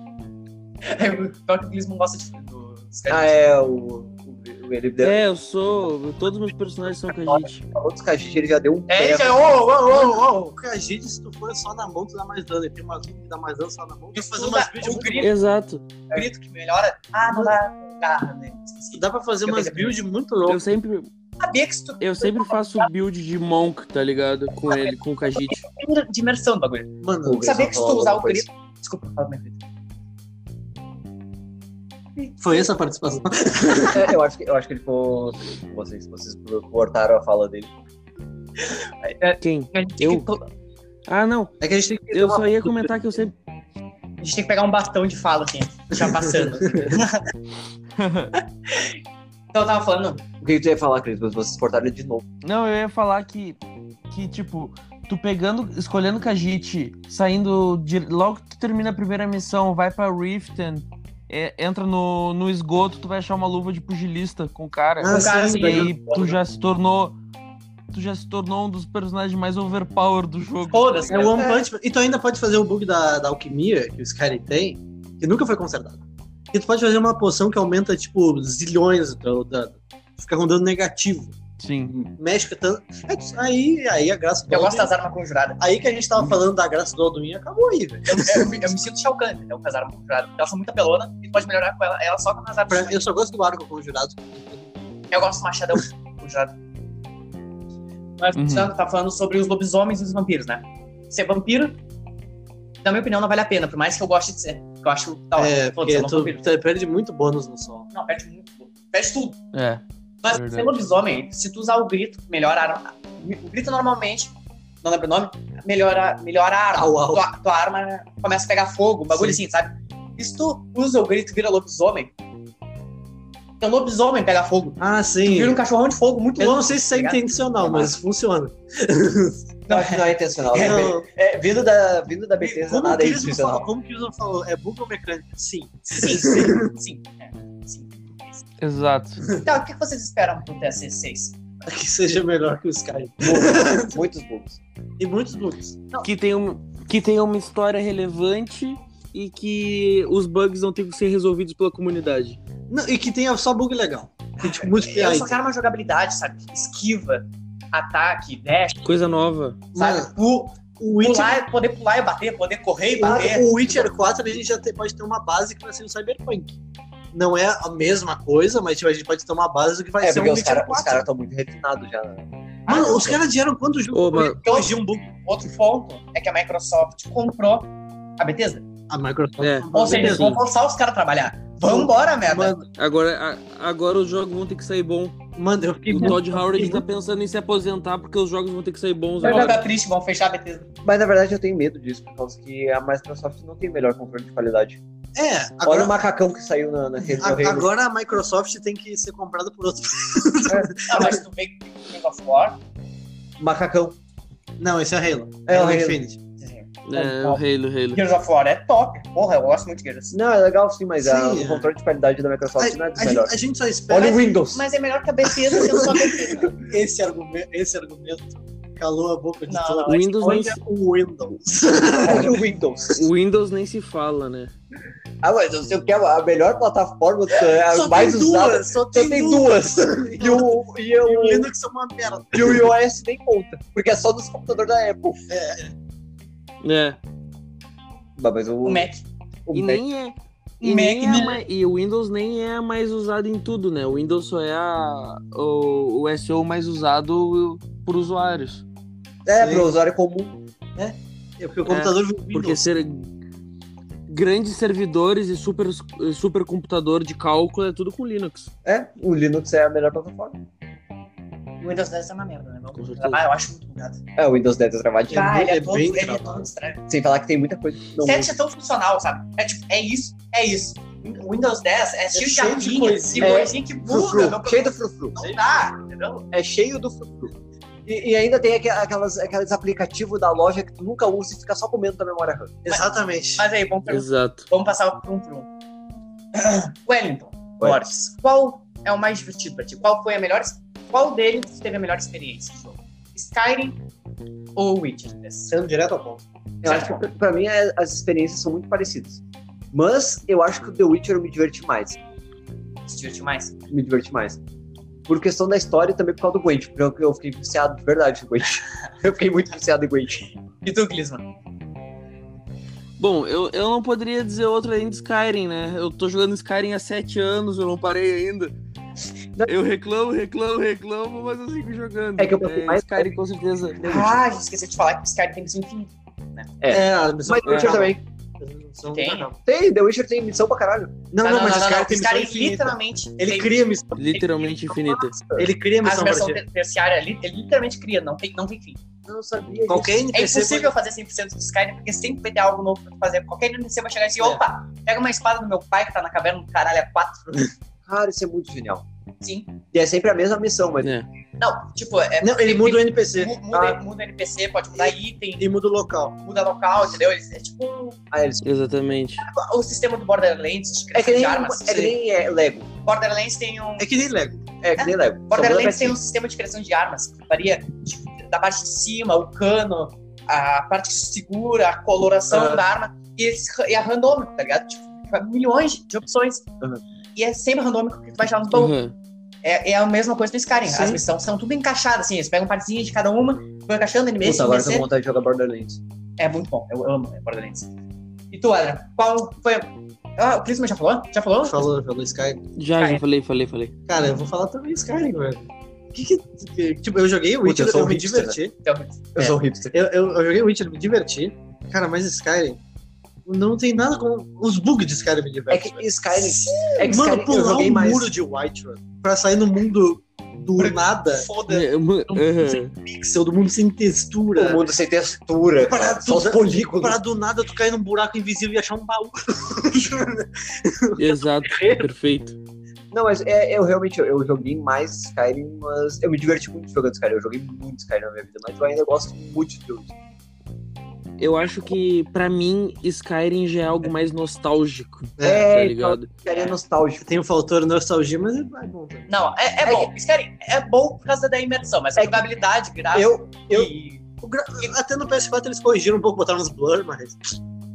[SPEAKER 2] É, o pior que o Glismo não gosta de, do, dos
[SPEAKER 3] Ah,
[SPEAKER 2] caras.
[SPEAKER 3] é, o... o- Ele deu...
[SPEAKER 4] é, eu sou. Todos os meus personagens são Kajit.
[SPEAKER 3] Outros Kajid, ele já deu um
[SPEAKER 2] É,
[SPEAKER 3] pé.
[SPEAKER 2] já, ô, ô, ô, ô.
[SPEAKER 1] O Kajiri, se tu for é só na mão, tu dá mais dano. Ele tem umas que dá mais dano só na mão. Tu faz
[SPEAKER 2] Tu
[SPEAKER 1] umas
[SPEAKER 2] dá-
[SPEAKER 1] builds
[SPEAKER 2] o
[SPEAKER 1] muito...
[SPEAKER 2] grito,
[SPEAKER 4] Exato.
[SPEAKER 2] o grito que melhora. Ah, não dá garra, né?
[SPEAKER 1] tu
[SPEAKER 2] Esqueci.
[SPEAKER 1] Dá pra fazer
[SPEAKER 2] Eu
[SPEAKER 1] umas
[SPEAKER 2] tenho que-
[SPEAKER 1] builds muito
[SPEAKER 4] Eu
[SPEAKER 1] loucas.
[SPEAKER 4] sempre,
[SPEAKER 2] Sabia que se tu
[SPEAKER 4] eu sempre faço build de Monk, tá ligado? Com ele, com o Kajit.
[SPEAKER 2] tem de imersão do bagulho.
[SPEAKER 1] Mano,
[SPEAKER 3] Grisman
[SPEAKER 2] Sabia que se tu
[SPEAKER 3] falou
[SPEAKER 2] usar o
[SPEAKER 3] alguma coisa.
[SPEAKER 2] grito. Desculpa, fala minha vida.
[SPEAKER 1] foi essa a participação.
[SPEAKER 3] *laughs* É, eu, acho que, eu acho que ele ficou... Vocês, vocês cortaram a fala dele.
[SPEAKER 4] Quem?
[SPEAKER 2] A gente, tem
[SPEAKER 4] Eu?
[SPEAKER 2] que to- a
[SPEAKER 4] Ah, não.
[SPEAKER 1] É que a gente tem que
[SPEAKER 4] Eu só ia comentar que eu sempre.
[SPEAKER 2] gente tem que pegar um bastão de fala, assim,
[SPEAKER 1] *laughs*
[SPEAKER 2] já passando. então eu tava falando,
[SPEAKER 3] O que que tu ia falar, Cris? Mas vocês cortaram ele de novo.
[SPEAKER 4] Não, eu ia falar que, que tipo, tu pegando, escolhendo Kajit, saindo de- logo que tu termina a primeira missão, vai pra Riften, é, entra no, no esgoto, tu vai achar uma luva de pugilista com o cara.
[SPEAKER 1] Ah,
[SPEAKER 2] um cara
[SPEAKER 1] sim,
[SPEAKER 2] assim,
[SPEAKER 4] e aí
[SPEAKER 2] aí,
[SPEAKER 4] tu já se tornou. Tu já se tornou um dos personagens mais overpower do jogo.
[SPEAKER 2] foda-se,
[SPEAKER 1] É
[SPEAKER 2] cara.
[SPEAKER 1] o One Punch Man. E tu ainda pode fazer o bug da, da alquimia que o Skyrim tem, que nunca foi consertado. E tu pode fazer uma poção que aumenta, tipo, zilhões do dano. Fica com dano negativo.
[SPEAKER 4] Sim.
[SPEAKER 1] Mexe com tanto. É isso Aí, aí a graça do
[SPEAKER 2] Eu gosto
[SPEAKER 1] Alduin-
[SPEAKER 2] das armas conjuradas.
[SPEAKER 1] Aí que a gente tava falando da graça do Alduin acabou aí, velho.
[SPEAKER 2] Eu, eu- eu me sinto Shao Kahn, então, com as armas conjuradas. Porque elas são muito apelona e tu pode melhorar com ela, ela só com as armas
[SPEAKER 1] Pra- Eu só gosto do arco conjurado.
[SPEAKER 2] Eu gosto do machadão conjurado. Mas
[SPEAKER 4] Uhum.
[SPEAKER 2] uhum. tá falando sobre os lobisomens e os vampiros, né? Ser vampiro, na minha opinião, não vale a pena, por mais que eu goste de ser. Que eu acho da hora.
[SPEAKER 1] É,
[SPEAKER 2] Foda-se, eu
[SPEAKER 1] porque
[SPEAKER 2] não
[SPEAKER 1] tu,
[SPEAKER 2] sou vampiro.
[SPEAKER 1] tu perde muito bônus no sol.
[SPEAKER 2] Não, perde muito. Perde tudo.
[SPEAKER 4] É.
[SPEAKER 2] Mas
[SPEAKER 4] Verdade.
[SPEAKER 2] ser lobisomem, se tu usar o grito, melhora a arma. O grito normalmente, não lembro o nome, melhora, melhora a arma.
[SPEAKER 1] Au, au.
[SPEAKER 2] Tua, tua arma começa a pegar fogo, um bagulho assim, sabe? E se tu usa o grito e vira lobisomem, é um lobisomem pega fogo.
[SPEAKER 1] Ah, sim.
[SPEAKER 2] Vira um cachorrão de fogo muito
[SPEAKER 1] Eu não
[SPEAKER 2] louco. tá
[SPEAKER 1] sei se isso é
[SPEAKER 2] Obrigado.
[SPEAKER 1] intencional, mas funciona.
[SPEAKER 3] Não, acho que não é intencional. né?
[SPEAKER 1] Não.
[SPEAKER 3] É, *laughs* vindo da, vindo da Bethesda,
[SPEAKER 1] Como
[SPEAKER 3] nada
[SPEAKER 1] que
[SPEAKER 3] é
[SPEAKER 1] eles falam? *laughs*
[SPEAKER 3] intencional.
[SPEAKER 1] Como que eles falou? É bug ou mecânica? Sim.
[SPEAKER 2] Sim, sim, sim. É, sim.
[SPEAKER 4] Exato.
[SPEAKER 2] Então, o que vocês esperam pro TSC6?
[SPEAKER 1] *laughs* Que seja melhor que o Skyrim.
[SPEAKER 3] Muitos, muitos bugs.
[SPEAKER 1] E muitos bugs. Não,
[SPEAKER 4] Que tem, um, que tem uma história relevante e que os bugs não têm que ser resolvidos pela comunidade.
[SPEAKER 1] não, e que tenha só bug legal. Tem,
[SPEAKER 3] Ah,
[SPEAKER 1] tipo, muitos
[SPEAKER 2] Eu
[SPEAKER 1] PIs.
[SPEAKER 2] só quero uma jogabilidade, sabe? Esquiva, ataque, dash,
[SPEAKER 4] Coisa nova.
[SPEAKER 1] Mano,
[SPEAKER 2] sabe? Pu-
[SPEAKER 1] o Witcher,
[SPEAKER 2] pular, poder pular e bater, poder correr e
[SPEAKER 1] Ah,
[SPEAKER 2] bater.
[SPEAKER 1] o Witcher 4 a gente já te- pode ter uma base que vai ser o Cyberpunk. Não é a mesma coisa, mas tipo, a gente pode ter uma base do que vai
[SPEAKER 3] É
[SPEAKER 1] ser
[SPEAKER 3] porque
[SPEAKER 1] um
[SPEAKER 3] os
[SPEAKER 1] Witcher
[SPEAKER 3] caras
[SPEAKER 1] 4.
[SPEAKER 3] estão muito refinados já. né?
[SPEAKER 1] Mano, os caras dieram quanto jogo?
[SPEAKER 4] Ô, mano.
[SPEAKER 1] pra corrigir um bug.
[SPEAKER 2] Outro ponto é que a Microsoft comprou a Bethesda.
[SPEAKER 1] A Microsoft.
[SPEAKER 4] É.
[SPEAKER 2] Ou seja, eles
[SPEAKER 4] Bethesda.
[SPEAKER 2] vão forçar os caras a trabalhar. Vambora, merda.
[SPEAKER 1] Mano,
[SPEAKER 4] Agora, a- agora os jogos vão ter que sair bom.
[SPEAKER 1] mano, eu fiquei.
[SPEAKER 4] O
[SPEAKER 1] muito-
[SPEAKER 4] Todd Howard tá pensando em se aposentar porque os jogos vão ter que sair bons
[SPEAKER 2] Vai
[SPEAKER 4] agora.
[SPEAKER 2] jogar triste, vão fechar a Bethesda.
[SPEAKER 3] Mas na verdade eu tenho medo disso, por causa que a Microsoft não tem melhor controle de qualidade.
[SPEAKER 1] É,
[SPEAKER 3] Olha o
[SPEAKER 1] agora,
[SPEAKER 3] macacão que saiu na, na rede
[SPEAKER 1] a-
[SPEAKER 3] do Reino.
[SPEAKER 1] agora a Microsoft tem que ser comprada por outro. *laughs*
[SPEAKER 2] Ah, mas tu vê que tem King of War.
[SPEAKER 3] Macacão.
[SPEAKER 1] Não, esse é Halo.
[SPEAKER 3] É, o Halo.
[SPEAKER 1] Infinite.
[SPEAKER 2] assim,
[SPEAKER 4] É, o Halo, Halo.
[SPEAKER 2] Gears of War é top. Porra, eu gosto muito de Gears.
[SPEAKER 3] Não, é legal sim, mas a-
[SPEAKER 1] Sim, é.
[SPEAKER 3] o controle de qualidade da
[SPEAKER 1] A,
[SPEAKER 3] Microsoft não é
[SPEAKER 1] a
[SPEAKER 3] dos
[SPEAKER 1] gente,
[SPEAKER 3] melhores.
[SPEAKER 1] a gente só espera
[SPEAKER 3] Olha o Windows.
[SPEAKER 2] Mas é melhor que a Bethesda sendo só
[SPEAKER 1] *laughs*
[SPEAKER 2] a Bethesda.
[SPEAKER 1] esse, argumento, esse argumento. Calou a boca de
[SPEAKER 2] Não,
[SPEAKER 1] todo
[SPEAKER 4] O Windows, nem,
[SPEAKER 1] Olha o Windows.
[SPEAKER 3] Olha o Windows.
[SPEAKER 4] se- o Windows nem se fala, né?
[SPEAKER 3] Ah, mas você quer a melhor plataforma, é a
[SPEAKER 1] Só
[SPEAKER 3] mais
[SPEAKER 1] tem
[SPEAKER 3] usada.
[SPEAKER 1] duas, só
[SPEAKER 3] Só
[SPEAKER 1] tem,
[SPEAKER 3] tem
[SPEAKER 1] duas. *laughs*
[SPEAKER 3] duas. E o, e,
[SPEAKER 1] E o
[SPEAKER 3] o,
[SPEAKER 1] Linux é uma merda.
[SPEAKER 3] e o iOS nem conta. Porque é só dos computadores da Apple.
[SPEAKER 4] É.
[SPEAKER 3] Bah, Mas o,
[SPEAKER 2] O Mac.
[SPEAKER 3] o
[SPEAKER 4] E
[SPEAKER 3] Mac-
[SPEAKER 4] nem é. E,
[SPEAKER 2] O Mac,
[SPEAKER 4] nem é
[SPEAKER 2] né?
[SPEAKER 4] mai- e o Windows nem é mais usado em tudo, né? O Windows só é a- o, o SEO mais usado por usuários.
[SPEAKER 3] é,
[SPEAKER 1] Sim.
[SPEAKER 3] pro usuário comum.
[SPEAKER 1] É porque o computador viu
[SPEAKER 4] Porque
[SPEAKER 1] Windows.
[SPEAKER 4] ser grandes servidores e super, super computador de cálculo é tudo com Linux.
[SPEAKER 3] É, o Linux é a melhor plataforma.
[SPEAKER 2] O Windows 10 é uma merda, né?
[SPEAKER 4] Com
[SPEAKER 2] Vamos
[SPEAKER 4] certeza.
[SPEAKER 2] trabalhar, eu acho muito bugado.
[SPEAKER 3] É, o Windows 10 é travadinho.
[SPEAKER 2] Ah, ele é,
[SPEAKER 1] é
[SPEAKER 2] todo,
[SPEAKER 1] bem
[SPEAKER 2] ele é
[SPEAKER 1] travado.
[SPEAKER 2] todo estranho.
[SPEAKER 3] Sem falar que tem muita coisa que não
[SPEAKER 2] 7 é tão funcional, sabe? É tipo, é isso, é isso. O Windows 10 é cheio de
[SPEAKER 1] cheio de
[SPEAKER 2] arminha, de
[SPEAKER 1] coisinha.
[SPEAKER 2] coisinha que
[SPEAKER 3] Frufru,
[SPEAKER 2] buga. Não,
[SPEAKER 3] cheio do frufru.
[SPEAKER 2] não dá, entendeu?
[SPEAKER 3] É cheio do frufru. E, e ainda tem aqua- aquelas, aqueles aplicativos da loja que tu nunca usa e fica só comendo da memória RAM.
[SPEAKER 1] Exatamente.
[SPEAKER 2] Mas aí, vamos, per-
[SPEAKER 4] Exato.
[SPEAKER 2] vamos passar por um por
[SPEAKER 1] *coughs*
[SPEAKER 2] um. Wellington, Boris, qual é o mais divertido pra ti? Qual foi a melhor... Qual deles teve a melhor experiência de jogo? Skyrim ou Witcher 3?
[SPEAKER 1] Sendo direto ao ponto.
[SPEAKER 3] Eu acho que pra- pra mim é- as experiências são muito parecidas. Mas eu acho que o The Witcher eu me diverti mais.
[SPEAKER 2] Se divertiu mais?
[SPEAKER 3] Me diverti mais. Por questão da história e também por causa do Gwent, porque eu, eu fiquei viciado de verdade em Gwent. *laughs* Eu fiquei muito viciado em Gwent.
[SPEAKER 2] E tu, Glisman?
[SPEAKER 4] Bom, eu, eu não poderia dizer outro além de Skyrim, né? Eu tô jogando Skyrim há sete anos, eu não parei ainda. Eu reclamo, reclamo, reclamo, mas eu sigo jogando.
[SPEAKER 3] É que eu passei mais-
[SPEAKER 4] Skyrim com certeza.
[SPEAKER 2] Ah, gente, esqueci de falar que Skyrim tem missão infinita.
[SPEAKER 3] É.
[SPEAKER 1] a missão
[SPEAKER 3] Mas The Witcher
[SPEAKER 4] É.
[SPEAKER 3] também.
[SPEAKER 1] missão-
[SPEAKER 2] Tem?
[SPEAKER 1] Não,
[SPEAKER 3] Tem, The Witcher tem missão pra caralho.
[SPEAKER 1] não,
[SPEAKER 2] Ah,
[SPEAKER 1] mas esse cara é tem missão
[SPEAKER 2] Skyrim
[SPEAKER 1] infinita.
[SPEAKER 2] literalmente...
[SPEAKER 1] Ele
[SPEAKER 2] tem-
[SPEAKER 1] cria missão.
[SPEAKER 4] Literalmente infinita.
[SPEAKER 1] Ele cria
[SPEAKER 2] As
[SPEAKER 1] missão pra
[SPEAKER 2] versões
[SPEAKER 1] ti.
[SPEAKER 2] ter- terciárias ali, ele literalmente cria, não tem, não tem fim.
[SPEAKER 3] Eu não sabia. disso.
[SPEAKER 1] Qualquer
[SPEAKER 2] É
[SPEAKER 1] NPC
[SPEAKER 2] impossível fazer 100% de Skyrim, porque sempre vai ter algo novo pra tu fazer. Qualquer NPC vai chegar e dizer,
[SPEAKER 1] É.
[SPEAKER 2] opa, pega uma espada do meu pai que tá na caverna do caralho a
[SPEAKER 1] *laughs*
[SPEAKER 2] 4.
[SPEAKER 3] Cara, isso é muito genial.
[SPEAKER 2] Sim.
[SPEAKER 3] E é sempre a mesma missão, mas.
[SPEAKER 4] É.
[SPEAKER 2] Não, tipo, é,
[SPEAKER 1] Não, ele muda o NPC.
[SPEAKER 2] mu- muda, muda NPC, pode mudar item,
[SPEAKER 1] E muda o local.
[SPEAKER 2] muda local, entendeu? Eles- É tipo um-
[SPEAKER 3] Ah, eles-
[SPEAKER 4] Exatamente.
[SPEAKER 2] o sistema do Borderlands, de
[SPEAKER 3] É que
[SPEAKER 2] criação
[SPEAKER 3] nem,
[SPEAKER 2] de
[SPEAKER 3] é
[SPEAKER 2] armas.
[SPEAKER 3] que nem é, Lego.
[SPEAKER 2] Borderlands tem um...
[SPEAKER 1] É que nem Lego.
[SPEAKER 3] É que nem Lego. Só
[SPEAKER 2] Borderlands tem
[SPEAKER 3] muda
[SPEAKER 2] um sistema de criação de armas que varia de- da parte de cima, o cano, a parte que segura, a coloração
[SPEAKER 1] Aham.
[SPEAKER 2] da arma e, esse- e a randômico, tá ligado? Tipo, vai milhões de opções.
[SPEAKER 3] Aham.
[SPEAKER 2] E é sempre randômico que tu vai achar no tom.
[SPEAKER 4] Uhum.
[SPEAKER 2] É, é a mesma coisa do Skyrim.
[SPEAKER 1] Sim.
[SPEAKER 2] As missões são tudo encaixadas, assim. Eles pegam partezinha de cada uma, vão encaixando
[SPEAKER 3] pra ti.
[SPEAKER 2] NBC,
[SPEAKER 3] Puta, agora eu tô com
[SPEAKER 2] NBC.
[SPEAKER 3] vontade de jogar Borderlands.
[SPEAKER 2] É muito bom. Eu amo né, Borderlands. E tu, Adrian, qual foi... a- Ah, o Clisman já falou? Já falou?
[SPEAKER 1] Falou, falou Skyrim.
[SPEAKER 4] Já,
[SPEAKER 2] Skyrim.
[SPEAKER 4] já falei, falei, falei.
[SPEAKER 1] Cara, eu vou falar também Skyrim, velho. Que que, que- tipo, eu joguei o Witcher,
[SPEAKER 3] eu sou um
[SPEAKER 1] eu, me
[SPEAKER 3] hipster, né?
[SPEAKER 1] diverti.
[SPEAKER 2] Então,
[SPEAKER 3] Eu
[SPEAKER 1] É.
[SPEAKER 3] sou um hipster.
[SPEAKER 1] Eu, eu, eu joguei o Witcher, me diverti. Cara, mas Skyrim não tem nada com... Os bugs de Skyrim me
[SPEAKER 3] É
[SPEAKER 1] divertem.
[SPEAKER 3] que Skyrim. É que
[SPEAKER 1] Mano,
[SPEAKER 3] Skyrim eu
[SPEAKER 1] pular
[SPEAKER 3] joguei
[SPEAKER 1] um
[SPEAKER 3] mais.
[SPEAKER 1] muro de Whiterun pra sair no mundo do nada,
[SPEAKER 2] Foda-se.
[SPEAKER 4] É, mu- uhum.
[SPEAKER 1] pixel, do mundo sem
[SPEAKER 3] O
[SPEAKER 1] textura,
[SPEAKER 3] mundo sem textura,
[SPEAKER 1] Pra
[SPEAKER 3] cara. é, Só os
[SPEAKER 1] tudo-
[SPEAKER 3] polígonos.
[SPEAKER 1] pra do nada tu cair num
[SPEAKER 3] *laughs*
[SPEAKER 1] buraco invisível e achar um baú.
[SPEAKER 4] Exato, perfeito.
[SPEAKER 3] Não, mas é, eu realmente eu, eu joguei mais Skyrim, mas eu me diverti muito jogando Skyrim. Eu joguei muito Skyrim na minha vida, mas eu ainda gosto muito de Guild.
[SPEAKER 4] Eu acho que, pra mim, Skyrim já é algo mais nostálgico.
[SPEAKER 3] É,
[SPEAKER 4] tá ligado?
[SPEAKER 3] Skyrim é nostálgico.
[SPEAKER 1] Tem o fator nostalgia, mas é é bom. também.
[SPEAKER 2] Não, é, é bom. Skyrim é bom por causa da imersão, mas a jogabilidade, gráfico
[SPEAKER 1] Eu, eu,
[SPEAKER 2] e
[SPEAKER 1] o gra- até no PS4 eles corrigiram um pouco, botaram nos blur, mas.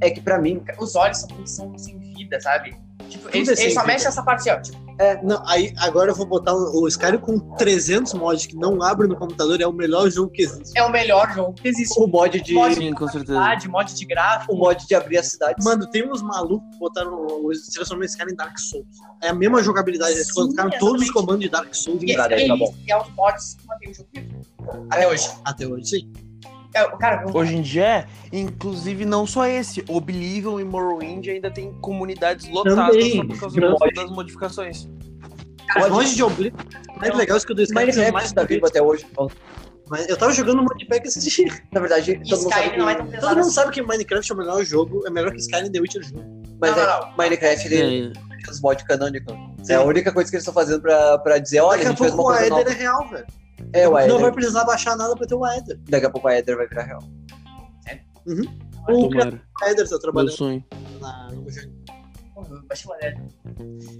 [SPEAKER 3] É que pra mim, cara,
[SPEAKER 2] os olhos são, são sem vida, sabe? Tipo,
[SPEAKER 1] Tudo
[SPEAKER 2] eles,
[SPEAKER 1] é
[SPEAKER 2] eles
[SPEAKER 1] sem
[SPEAKER 2] só
[SPEAKER 1] vida.
[SPEAKER 2] mexem essa parte, ó. Tipo,
[SPEAKER 1] É, não, aí agora eu vou botar o, o Skyrim com 300 mods que não abrem no computador, é o melhor jogo que existe.
[SPEAKER 2] é o melhor jogo que existe.
[SPEAKER 3] o mod de.
[SPEAKER 2] Mod-
[SPEAKER 4] Sim, com certeza.
[SPEAKER 2] Mod, mod de gráfico.
[SPEAKER 3] O mod de abrir as cidades.
[SPEAKER 1] Mano, tem uns malucos que botaram. o- o- Se transformaram esse cara em Dark Souls. É a mesma jogabilidade, eles
[SPEAKER 2] Sim, é
[SPEAKER 1] colocaram todos os
[SPEAKER 2] exatamente.
[SPEAKER 1] comandos de Dark Souls
[SPEAKER 2] E
[SPEAKER 1] em
[SPEAKER 2] esse
[SPEAKER 3] Obrigado, aí, tá bom.
[SPEAKER 2] é os mods que mantém o jogo vivo. Até hoje.
[SPEAKER 1] até hoje. Sim.
[SPEAKER 2] É, o cara, eu-
[SPEAKER 4] Hoje em dia, é, inclusive, não só esse. Oblivion e Morrowind ainda tem comunidades lotadas
[SPEAKER 1] Também,
[SPEAKER 4] só por causa
[SPEAKER 1] de
[SPEAKER 4] das-
[SPEAKER 3] mod.
[SPEAKER 4] das modificações.
[SPEAKER 1] Os mods de Oblivion mais legais que o do Skyrim
[SPEAKER 3] Mas
[SPEAKER 1] são
[SPEAKER 3] é
[SPEAKER 1] mais
[SPEAKER 3] mais tá vivo até hoje. Então,
[SPEAKER 1] Mas eu tava jogando um Modpack esses dias.
[SPEAKER 3] Na verdade,
[SPEAKER 2] e
[SPEAKER 3] todo mundo sabe
[SPEAKER 2] Skyrim
[SPEAKER 3] que-
[SPEAKER 2] não é tão
[SPEAKER 1] Todo
[SPEAKER 2] pesado.
[SPEAKER 1] mundo
[SPEAKER 2] assim.
[SPEAKER 1] sabe que Minecraft é o melhor jogo, é melhor que Skyrim e The Witcher junto.
[SPEAKER 3] Mas
[SPEAKER 2] Não,
[SPEAKER 3] é-
[SPEAKER 2] não, não.
[SPEAKER 3] Minecraft ele
[SPEAKER 4] É,
[SPEAKER 3] tem os mods canônicos.
[SPEAKER 1] Sim.
[SPEAKER 3] É a única coisa que eles estão fazendo pra, pra dizer,
[SPEAKER 1] Daqui
[SPEAKER 3] olha, a
[SPEAKER 1] a
[SPEAKER 3] gente fez uma
[SPEAKER 1] pouco o
[SPEAKER 3] coisa
[SPEAKER 1] Aether
[SPEAKER 3] nova.
[SPEAKER 1] é real, velho.
[SPEAKER 3] É, o
[SPEAKER 1] Não vai
[SPEAKER 3] Aether.
[SPEAKER 1] precisar baixar nada pra ter o Aether.
[SPEAKER 3] Daqui a pouco o Aether vai virar real.
[SPEAKER 1] O criador
[SPEAKER 4] tomara.
[SPEAKER 1] do Aether tá
[SPEAKER 4] Meu
[SPEAKER 1] trabalhando
[SPEAKER 4] sonho.
[SPEAKER 1] na, no jogo.
[SPEAKER 2] Uhum, achei maneiro.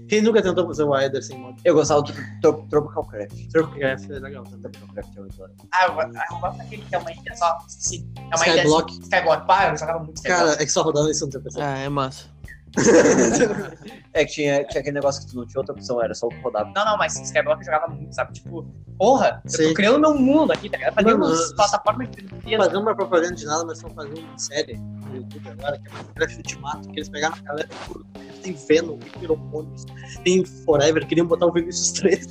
[SPEAKER 1] Quem nunca tentou fazer o Aether sem mod?
[SPEAKER 3] Eu gostava do Tro- Tropical Craft.
[SPEAKER 1] Starcraft é legal também.
[SPEAKER 3] Tropical Craft é muito legal.
[SPEAKER 2] Ah, eu, eu gosto daquele que é uma ilha só. Esqueci. É uma ilha
[SPEAKER 1] Skyblock.
[SPEAKER 2] Skyblock. Pá, eu jogava muito Skyblock.
[SPEAKER 1] Cara, é que só rodando isso no teu PC.
[SPEAKER 4] Ah, é massa.
[SPEAKER 3] É que tinha, tinha aquele negócio que tu não tinha outra opção, era só rodar.
[SPEAKER 2] Não, não, mas Skyblock eu jogava muito, sabe? Tipo, porra, eu
[SPEAKER 1] Sim.
[SPEAKER 2] tô criando meu mundo aqui, tá ligado? Fazendo
[SPEAKER 1] Mano,
[SPEAKER 2] umas plataformas de
[SPEAKER 1] Não fazendo uma propaganda de nada, mas estão fazendo uma série no YouTube agora, que é Minecraft Ultimato, que eles pegaram a galera toda. Tem Venom, tem Piromônios, tem Forever, queriam botar o Vinicius 3.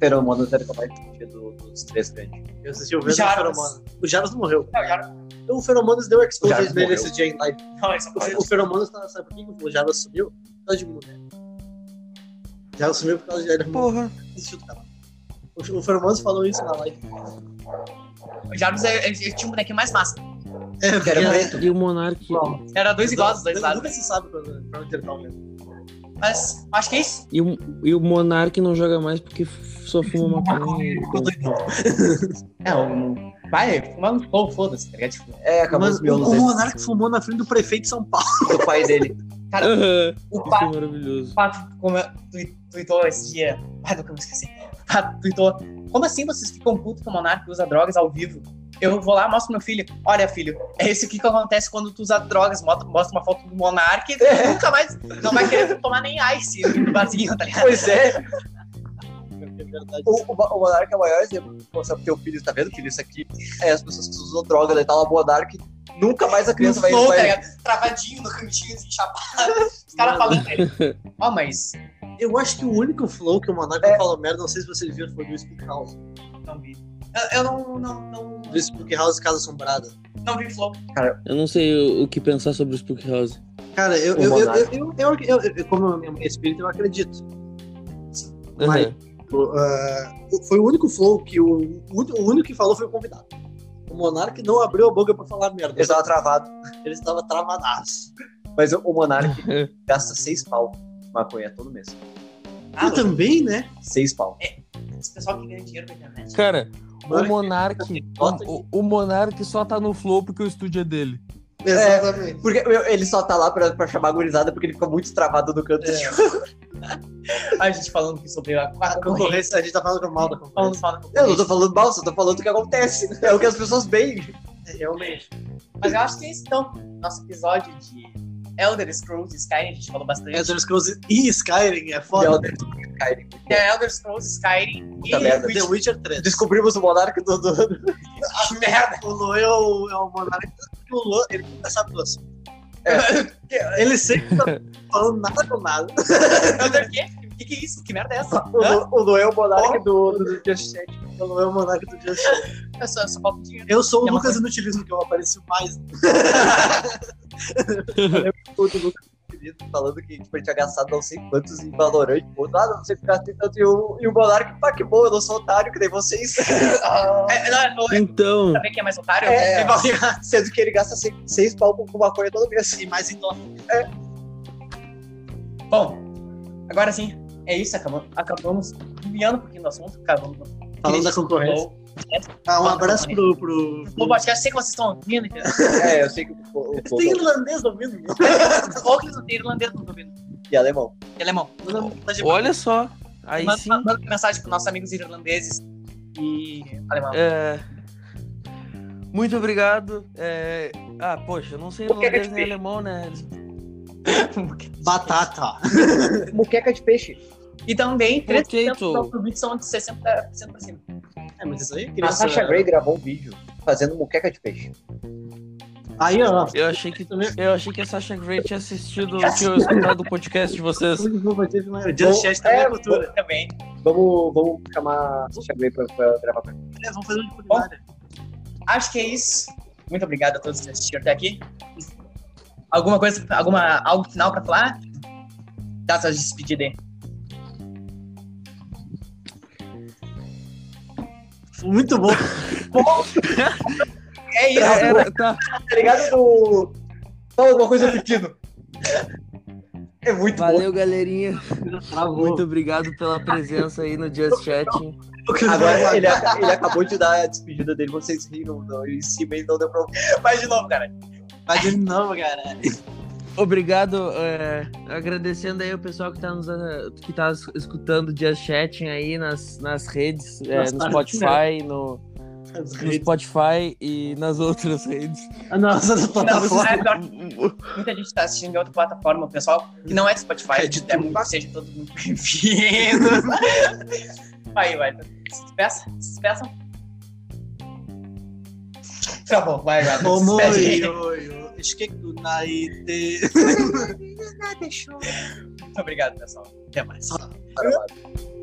[SPEAKER 3] Feromônio era capaz de ter do- dos três grandes.
[SPEAKER 1] Eu assisti o Venom e o
[SPEAKER 2] Jaras.
[SPEAKER 1] Feromônio. O Jaros não morreu.
[SPEAKER 2] Não, já...
[SPEAKER 1] O Feromonas deu
[SPEAKER 3] O Jaros
[SPEAKER 1] exposed nele
[SPEAKER 3] morreu.
[SPEAKER 1] esse dia em live.
[SPEAKER 2] não, isso é
[SPEAKER 1] O, o Feromonas, tá- sabe por que o Jaros sumiu? Por causa de mulher. O Jaros sumiu por causa de ele
[SPEAKER 4] Porra.
[SPEAKER 1] desistiu do canal. tipo O, o Feromonas falou isso na live.
[SPEAKER 2] O Jarvis é- ele tinha um bonequinho mais massa.
[SPEAKER 1] É,
[SPEAKER 3] Quero
[SPEAKER 1] porque-
[SPEAKER 3] preto.
[SPEAKER 4] E o Monark.
[SPEAKER 3] Bom,
[SPEAKER 2] Era dois iguais, dois lados.
[SPEAKER 1] Nunca se sabe quando- pra onde ele tá olhando.
[SPEAKER 2] Mas acho que é isso.
[SPEAKER 4] E o, e o Monark não joga mais porque f- só fuma maconha.
[SPEAKER 2] É, um... Vai, fumar um pouco, foda-se, tá ligado? Tipo,
[SPEAKER 3] É, acabou
[SPEAKER 1] Mas
[SPEAKER 3] os
[SPEAKER 1] o,
[SPEAKER 3] miolos
[SPEAKER 1] o
[SPEAKER 3] dele,
[SPEAKER 1] Monarca fumou na frente do prefeito de São Paulo.
[SPEAKER 3] do pai dele.
[SPEAKER 2] cara,
[SPEAKER 4] Aham,
[SPEAKER 2] o
[SPEAKER 4] Isso é
[SPEAKER 2] Pato,
[SPEAKER 4] maravilhoso.
[SPEAKER 2] Pato como é, tui- tuitou esse dia. Ah, nunca me esqueci. O Pato tuitou. Como assim vocês ficam putos que o Monark usa drogas ao vivo? Eu vou lá, mostro pro meu filho. Olha, filho, é isso aqui que acontece quando tu usa drogas. Mostra mostra uma foto do Monark e
[SPEAKER 3] É.
[SPEAKER 2] tu nunca mais. Não vai querer tomar nem ice no barzinho, tá ligado?
[SPEAKER 3] Pois é,
[SPEAKER 1] É verdade.
[SPEAKER 3] o, o, o Monark é o maior exemplo de mostrar pro teu filho, tá vendo, filho? Isso aqui é as pessoas que usam droga, daí tá lá o Monark. Nunca mais a criança vai.
[SPEAKER 2] Flow, tá
[SPEAKER 3] vai-
[SPEAKER 2] ligado? Travadinho no cantinho, assim, chapado. Os caras falando pra ele.
[SPEAKER 3] *laughs*
[SPEAKER 2] Ó, mas.
[SPEAKER 1] Eu acho que o único flow que o Monarca
[SPEAKER 3] É.
[SPEAKER 1] falou merda, não sei se vocês viram, foi do Spook House.
[SPEAKER 2] Não vi. Eu, eu não, não, não,
[SPEAKER 1] Do Spook House Casa Assombrada.
[SPEAKER 2] não vi Flow.
[SPEAKER 4] Eu não sei o, o que pensar sobre o Spook House.
[SPEAKER 1] Cara, eu,
[SPEAKER 3] O
[SPEAKER 1] eu, eu,
[SPEAKER 3] Monarca.
[SPEAKER 1] eu, eu, eu- eu- como eu- minha espírito, eu acredito.
[SPEAKER 3] Uhum.
[SPEAKER 1] Mas-
[SPEAKER 4] Aham.
[SPEAKER 1] Tipo, ah, foi o único flow que o, o único- o único que falou foi o convidado. O Monark não abriu a boca pra falar merda.
[SPEAKER 3] Ele tava travado.
[SPEAKER 1] Ele estava travadaço.
[SPEAKER 3] Mas o, o Monark gasta seis pau de maconha todo mês.
[SPEAKER 2] Ah,
[SPEAKER 1] eu também, né?
[SPEAKER 3] Seis pau.
[SPEAKER 2] Esse pessoal que ganha dinheiro na
[SPEAKER 3] *laughs*
[SPEAKER 2] internet.
[SPEAKER 4] Cara, o
[SPEAKER 1] Mano,
[SPEAKER 4] Monark.
[SPEAKER 1] bota
[SPEAKER 4] O, o Monark só tá no Flow porque o estúdio é dele.
[SPEAKER 1] Exatamente.
[SPEAKER 3] Porque meu, ele só tá lá pra, pra chamar a gurizada porque ele fica muito travado no canto.
[SPEAKER 1] É,
[SPEAKER 2] A gente falando aqui sobre a
[SPEAKER 1] a concorrência, a gente tá falando mal da
[SPEAKER 2] Falando,
[SPEAKER 1] *laughs* concorrência.
[SPEAKER 2] falando.
[SPEAKER 3] Eu não tô falando mal, só tô falando o que acontece. É o que as pessoas veem.
[SPEAKER 1] É, Realmente.
[SPEAKER 2] Mas eu acho que é isso, então. Nosso episódio de Elder Scrolls e Skyrim, a gente falou
[SPEAKER 3] É
[SPEAKER 2] bastante.
[SPEAKER 1] Elder Scrolls e Skyrim é
[SPEAKER 3] E ela
[SPEAKER 1] foda.
[SPEAKER 3] deve ficar aí.
[SPEAKER 2] É Elder Scrolls, Skyrim e
[SPEAKER 3] Puta merda.
[SPEAKER 1] The Witcher Ah, 3.
[SPEAKER 3] Descobrimos o monarca do, do...
[SPEAKER 1] *laughs*
[SPEAKER 2] Que merda.
[SPEAKER 1] O Luan é o, é o monarca. O Luan, ele nunca sabe do assunto.
[SPEAKER 3] *laughs*
[SPEAKER 1] Ele sempre tá falando nada com nada.
[SPEAKER 2] Elder quê? O que, que é isso? Que merda é essa?
[SPEAKER 3] O, Lu- o Noel monarca
[SPEAKER 1] Porra.
[SPEAKER 3] do, do, do Just Chat.
[SPEAKER 1] O Luan é o monarca do Just Chat.
[SPEAKER 2] Eu só, só falta dinheiro.
[SPEAKER 1] Eu sou o
[SPEAKER 2] É uma
[SPEAKER 1] Lucas Inutilismo, que eu apareci mais.
[SPEAKER 3] O do Lucas Querido, falando que tipo, ele tinha gastado não sei quantos em Valorant. Pô, ah, não sei ficar tentando. E o, e o monarca, pá, que bom, eu não sou otário que nem vocês. Ah,
[SPEAKER 2] É, não, é, não, é,
[SPEAKER 4] Então.
[SPEAKER 2] saber quem é mais otário?
[SPEAKER 3] É.
[SPEAKER 2] Ele vai-
[SPEAKER 3] Sendo que ele gasta seis, seis pau com com maconha
[SPEAKER 1] então,
[SPEAKER 3] todo mês.
[SPEAKER 1] E mais em dó.
[SPEAKER 2] Bom, agora sim. É isso, acabamos, acabamos desviando um pouquinho do assunto. Acabamos.
[SPEAKER 1] Falando da concorrência. Ah, um abraço pro. pro,
[SPEAKER 2] No
[SPEAKER 1] pro...
[SPEAKER 2] podcast, sei que vocês estão ouvindo,
[SPEAKER 3] *laughs*
[SPEAKER 2] entendeu?
[SPEAKER 3] É, eu sei que o, o, é
[SPEAKER 1] Tem
[SPEAKER 3] o,
[SPEAKER 1] irlandês ouvindo?
[SPEAKER 2] Ou que eles não têm irlandês, não tô ouvindo.
[SPEAKER 3] e alemão.
[SPEAKER 2] E alemão.
[SPEAKER 1] né?
[SPEAKER 2] Manda-
[SPEAKER 1] é
[SPEAKER 2] manda-
[SPEAKER 4] Olha só. Aí
[SPEAKER 2] manda-
[SPEAKER 4] sim.
[SPEAKER 2] manda mensagem pros nossos amigos irlandeses e alemão.
[SPEAKER 4] É... Muito obrigado. É... Ah, poxa, eu não sei
[SPEAKER 3] Porque
[SPEAKER 4] irlandês
[SPEAKER 3] é
[SPEAKER 4] nem
[SPEAKER 3] de
[SPEAKER 4] alemão, né?
[SPEAKER 2] É,
[SPEAKER 1] Batata.
[SPEAKER 3] Muqueca de peixe.
[SPEAKER 2] E também, 3%
[SPEAKER 4] Potato.
[SPEAKER 2] dos vídeos são de 60% pra cima.
[SPEAKER 1] É, mas isso aí é
[SPEAKER 3] A
[SPEAKER 1] criança.
[SPEAKER 3] Sasha Grey gravou um vídeo fazendo muqueca de peixe.
[SPEAKER 1] Aí, ó.
[SPEAKER 4] Eu achei que
[SPEAKER 1] Também-
[SPEAKER 4] eu achei que a Sasha Grey tinha assistido, tinha escutado o podcast de vocês.
[SPEAKER 1] é O Just Chat também é
[SPEAKER 3] É,
[SPEAKER 1] cultura.
[SPEAKER 2] Também.
[SPEAKER 3] Vamos, vamos chamar a Sasha Grey pra, pra gravar pra gente.
[SPEAKER 1] É, vamos fazer um de culinária.
[SPEAKER 2] Acho que é isso. Muito obrigado a todos que assistiram até aqui. Alguma coisa, alguma, algo final pra falar? Dá suas despedidas aí.
[SPEAKER 1] Muito bom.
[SPEAKER 2] É isso.
[SPEAKER 4] É, é, tá.
[SPEAKER 3] Tá ligado do... Fala alguma coisa pedindo. É muito
[SPEAKER 4] Valeu, galerinha.
[SPEAKER 1] Travou.
[SPEAKER 4] Muito obrigado pela presença aí no Just Chat.
[SPEAKER 3] bom. Agora ele, ac- ele acabou de dar a despedida dele, vocês riram, não, e se bem não deu pra ouvir.
[SPEAKER 2] Faz de novo, cara.
[SPEAKER 1] Tá de novo, cara.
[SPEAKER 4] Obrigado, é, agradecendo aí o pessoal que tá, nos, ah, que tá es- escutando o Just Chatting aí nas, nas redes, é,
[SPEAKER 1] Nas
[SPEAKER 4] no
[SPEAKER 1] partes, né?
[SPEAKER 4] Spotify, no, no Spotify e nas *laughs* outras redes.
[SPEAKER 1] A nossa da
[SPEAKER 2] Não,
[SPEAKER 1] plataforma.
[SPEAKER 2] é pior que muita gente tá assistindo em outra plataforma, o pessoal que não é do Spotify.
[SPEAKER 1] É de
[SPEAKER 2] é muito, seja todo mundo bem-vindo. *laughs* aí, vai. Se despeça, se despeça. Tá bom, vai, vai. se despede aí.
[SPEAKER 1] 思いをしけく泣いて。
[SPEAKER 2] Muito obrigado, pessoal. Até mais.
[SPEAKER 3] Cara,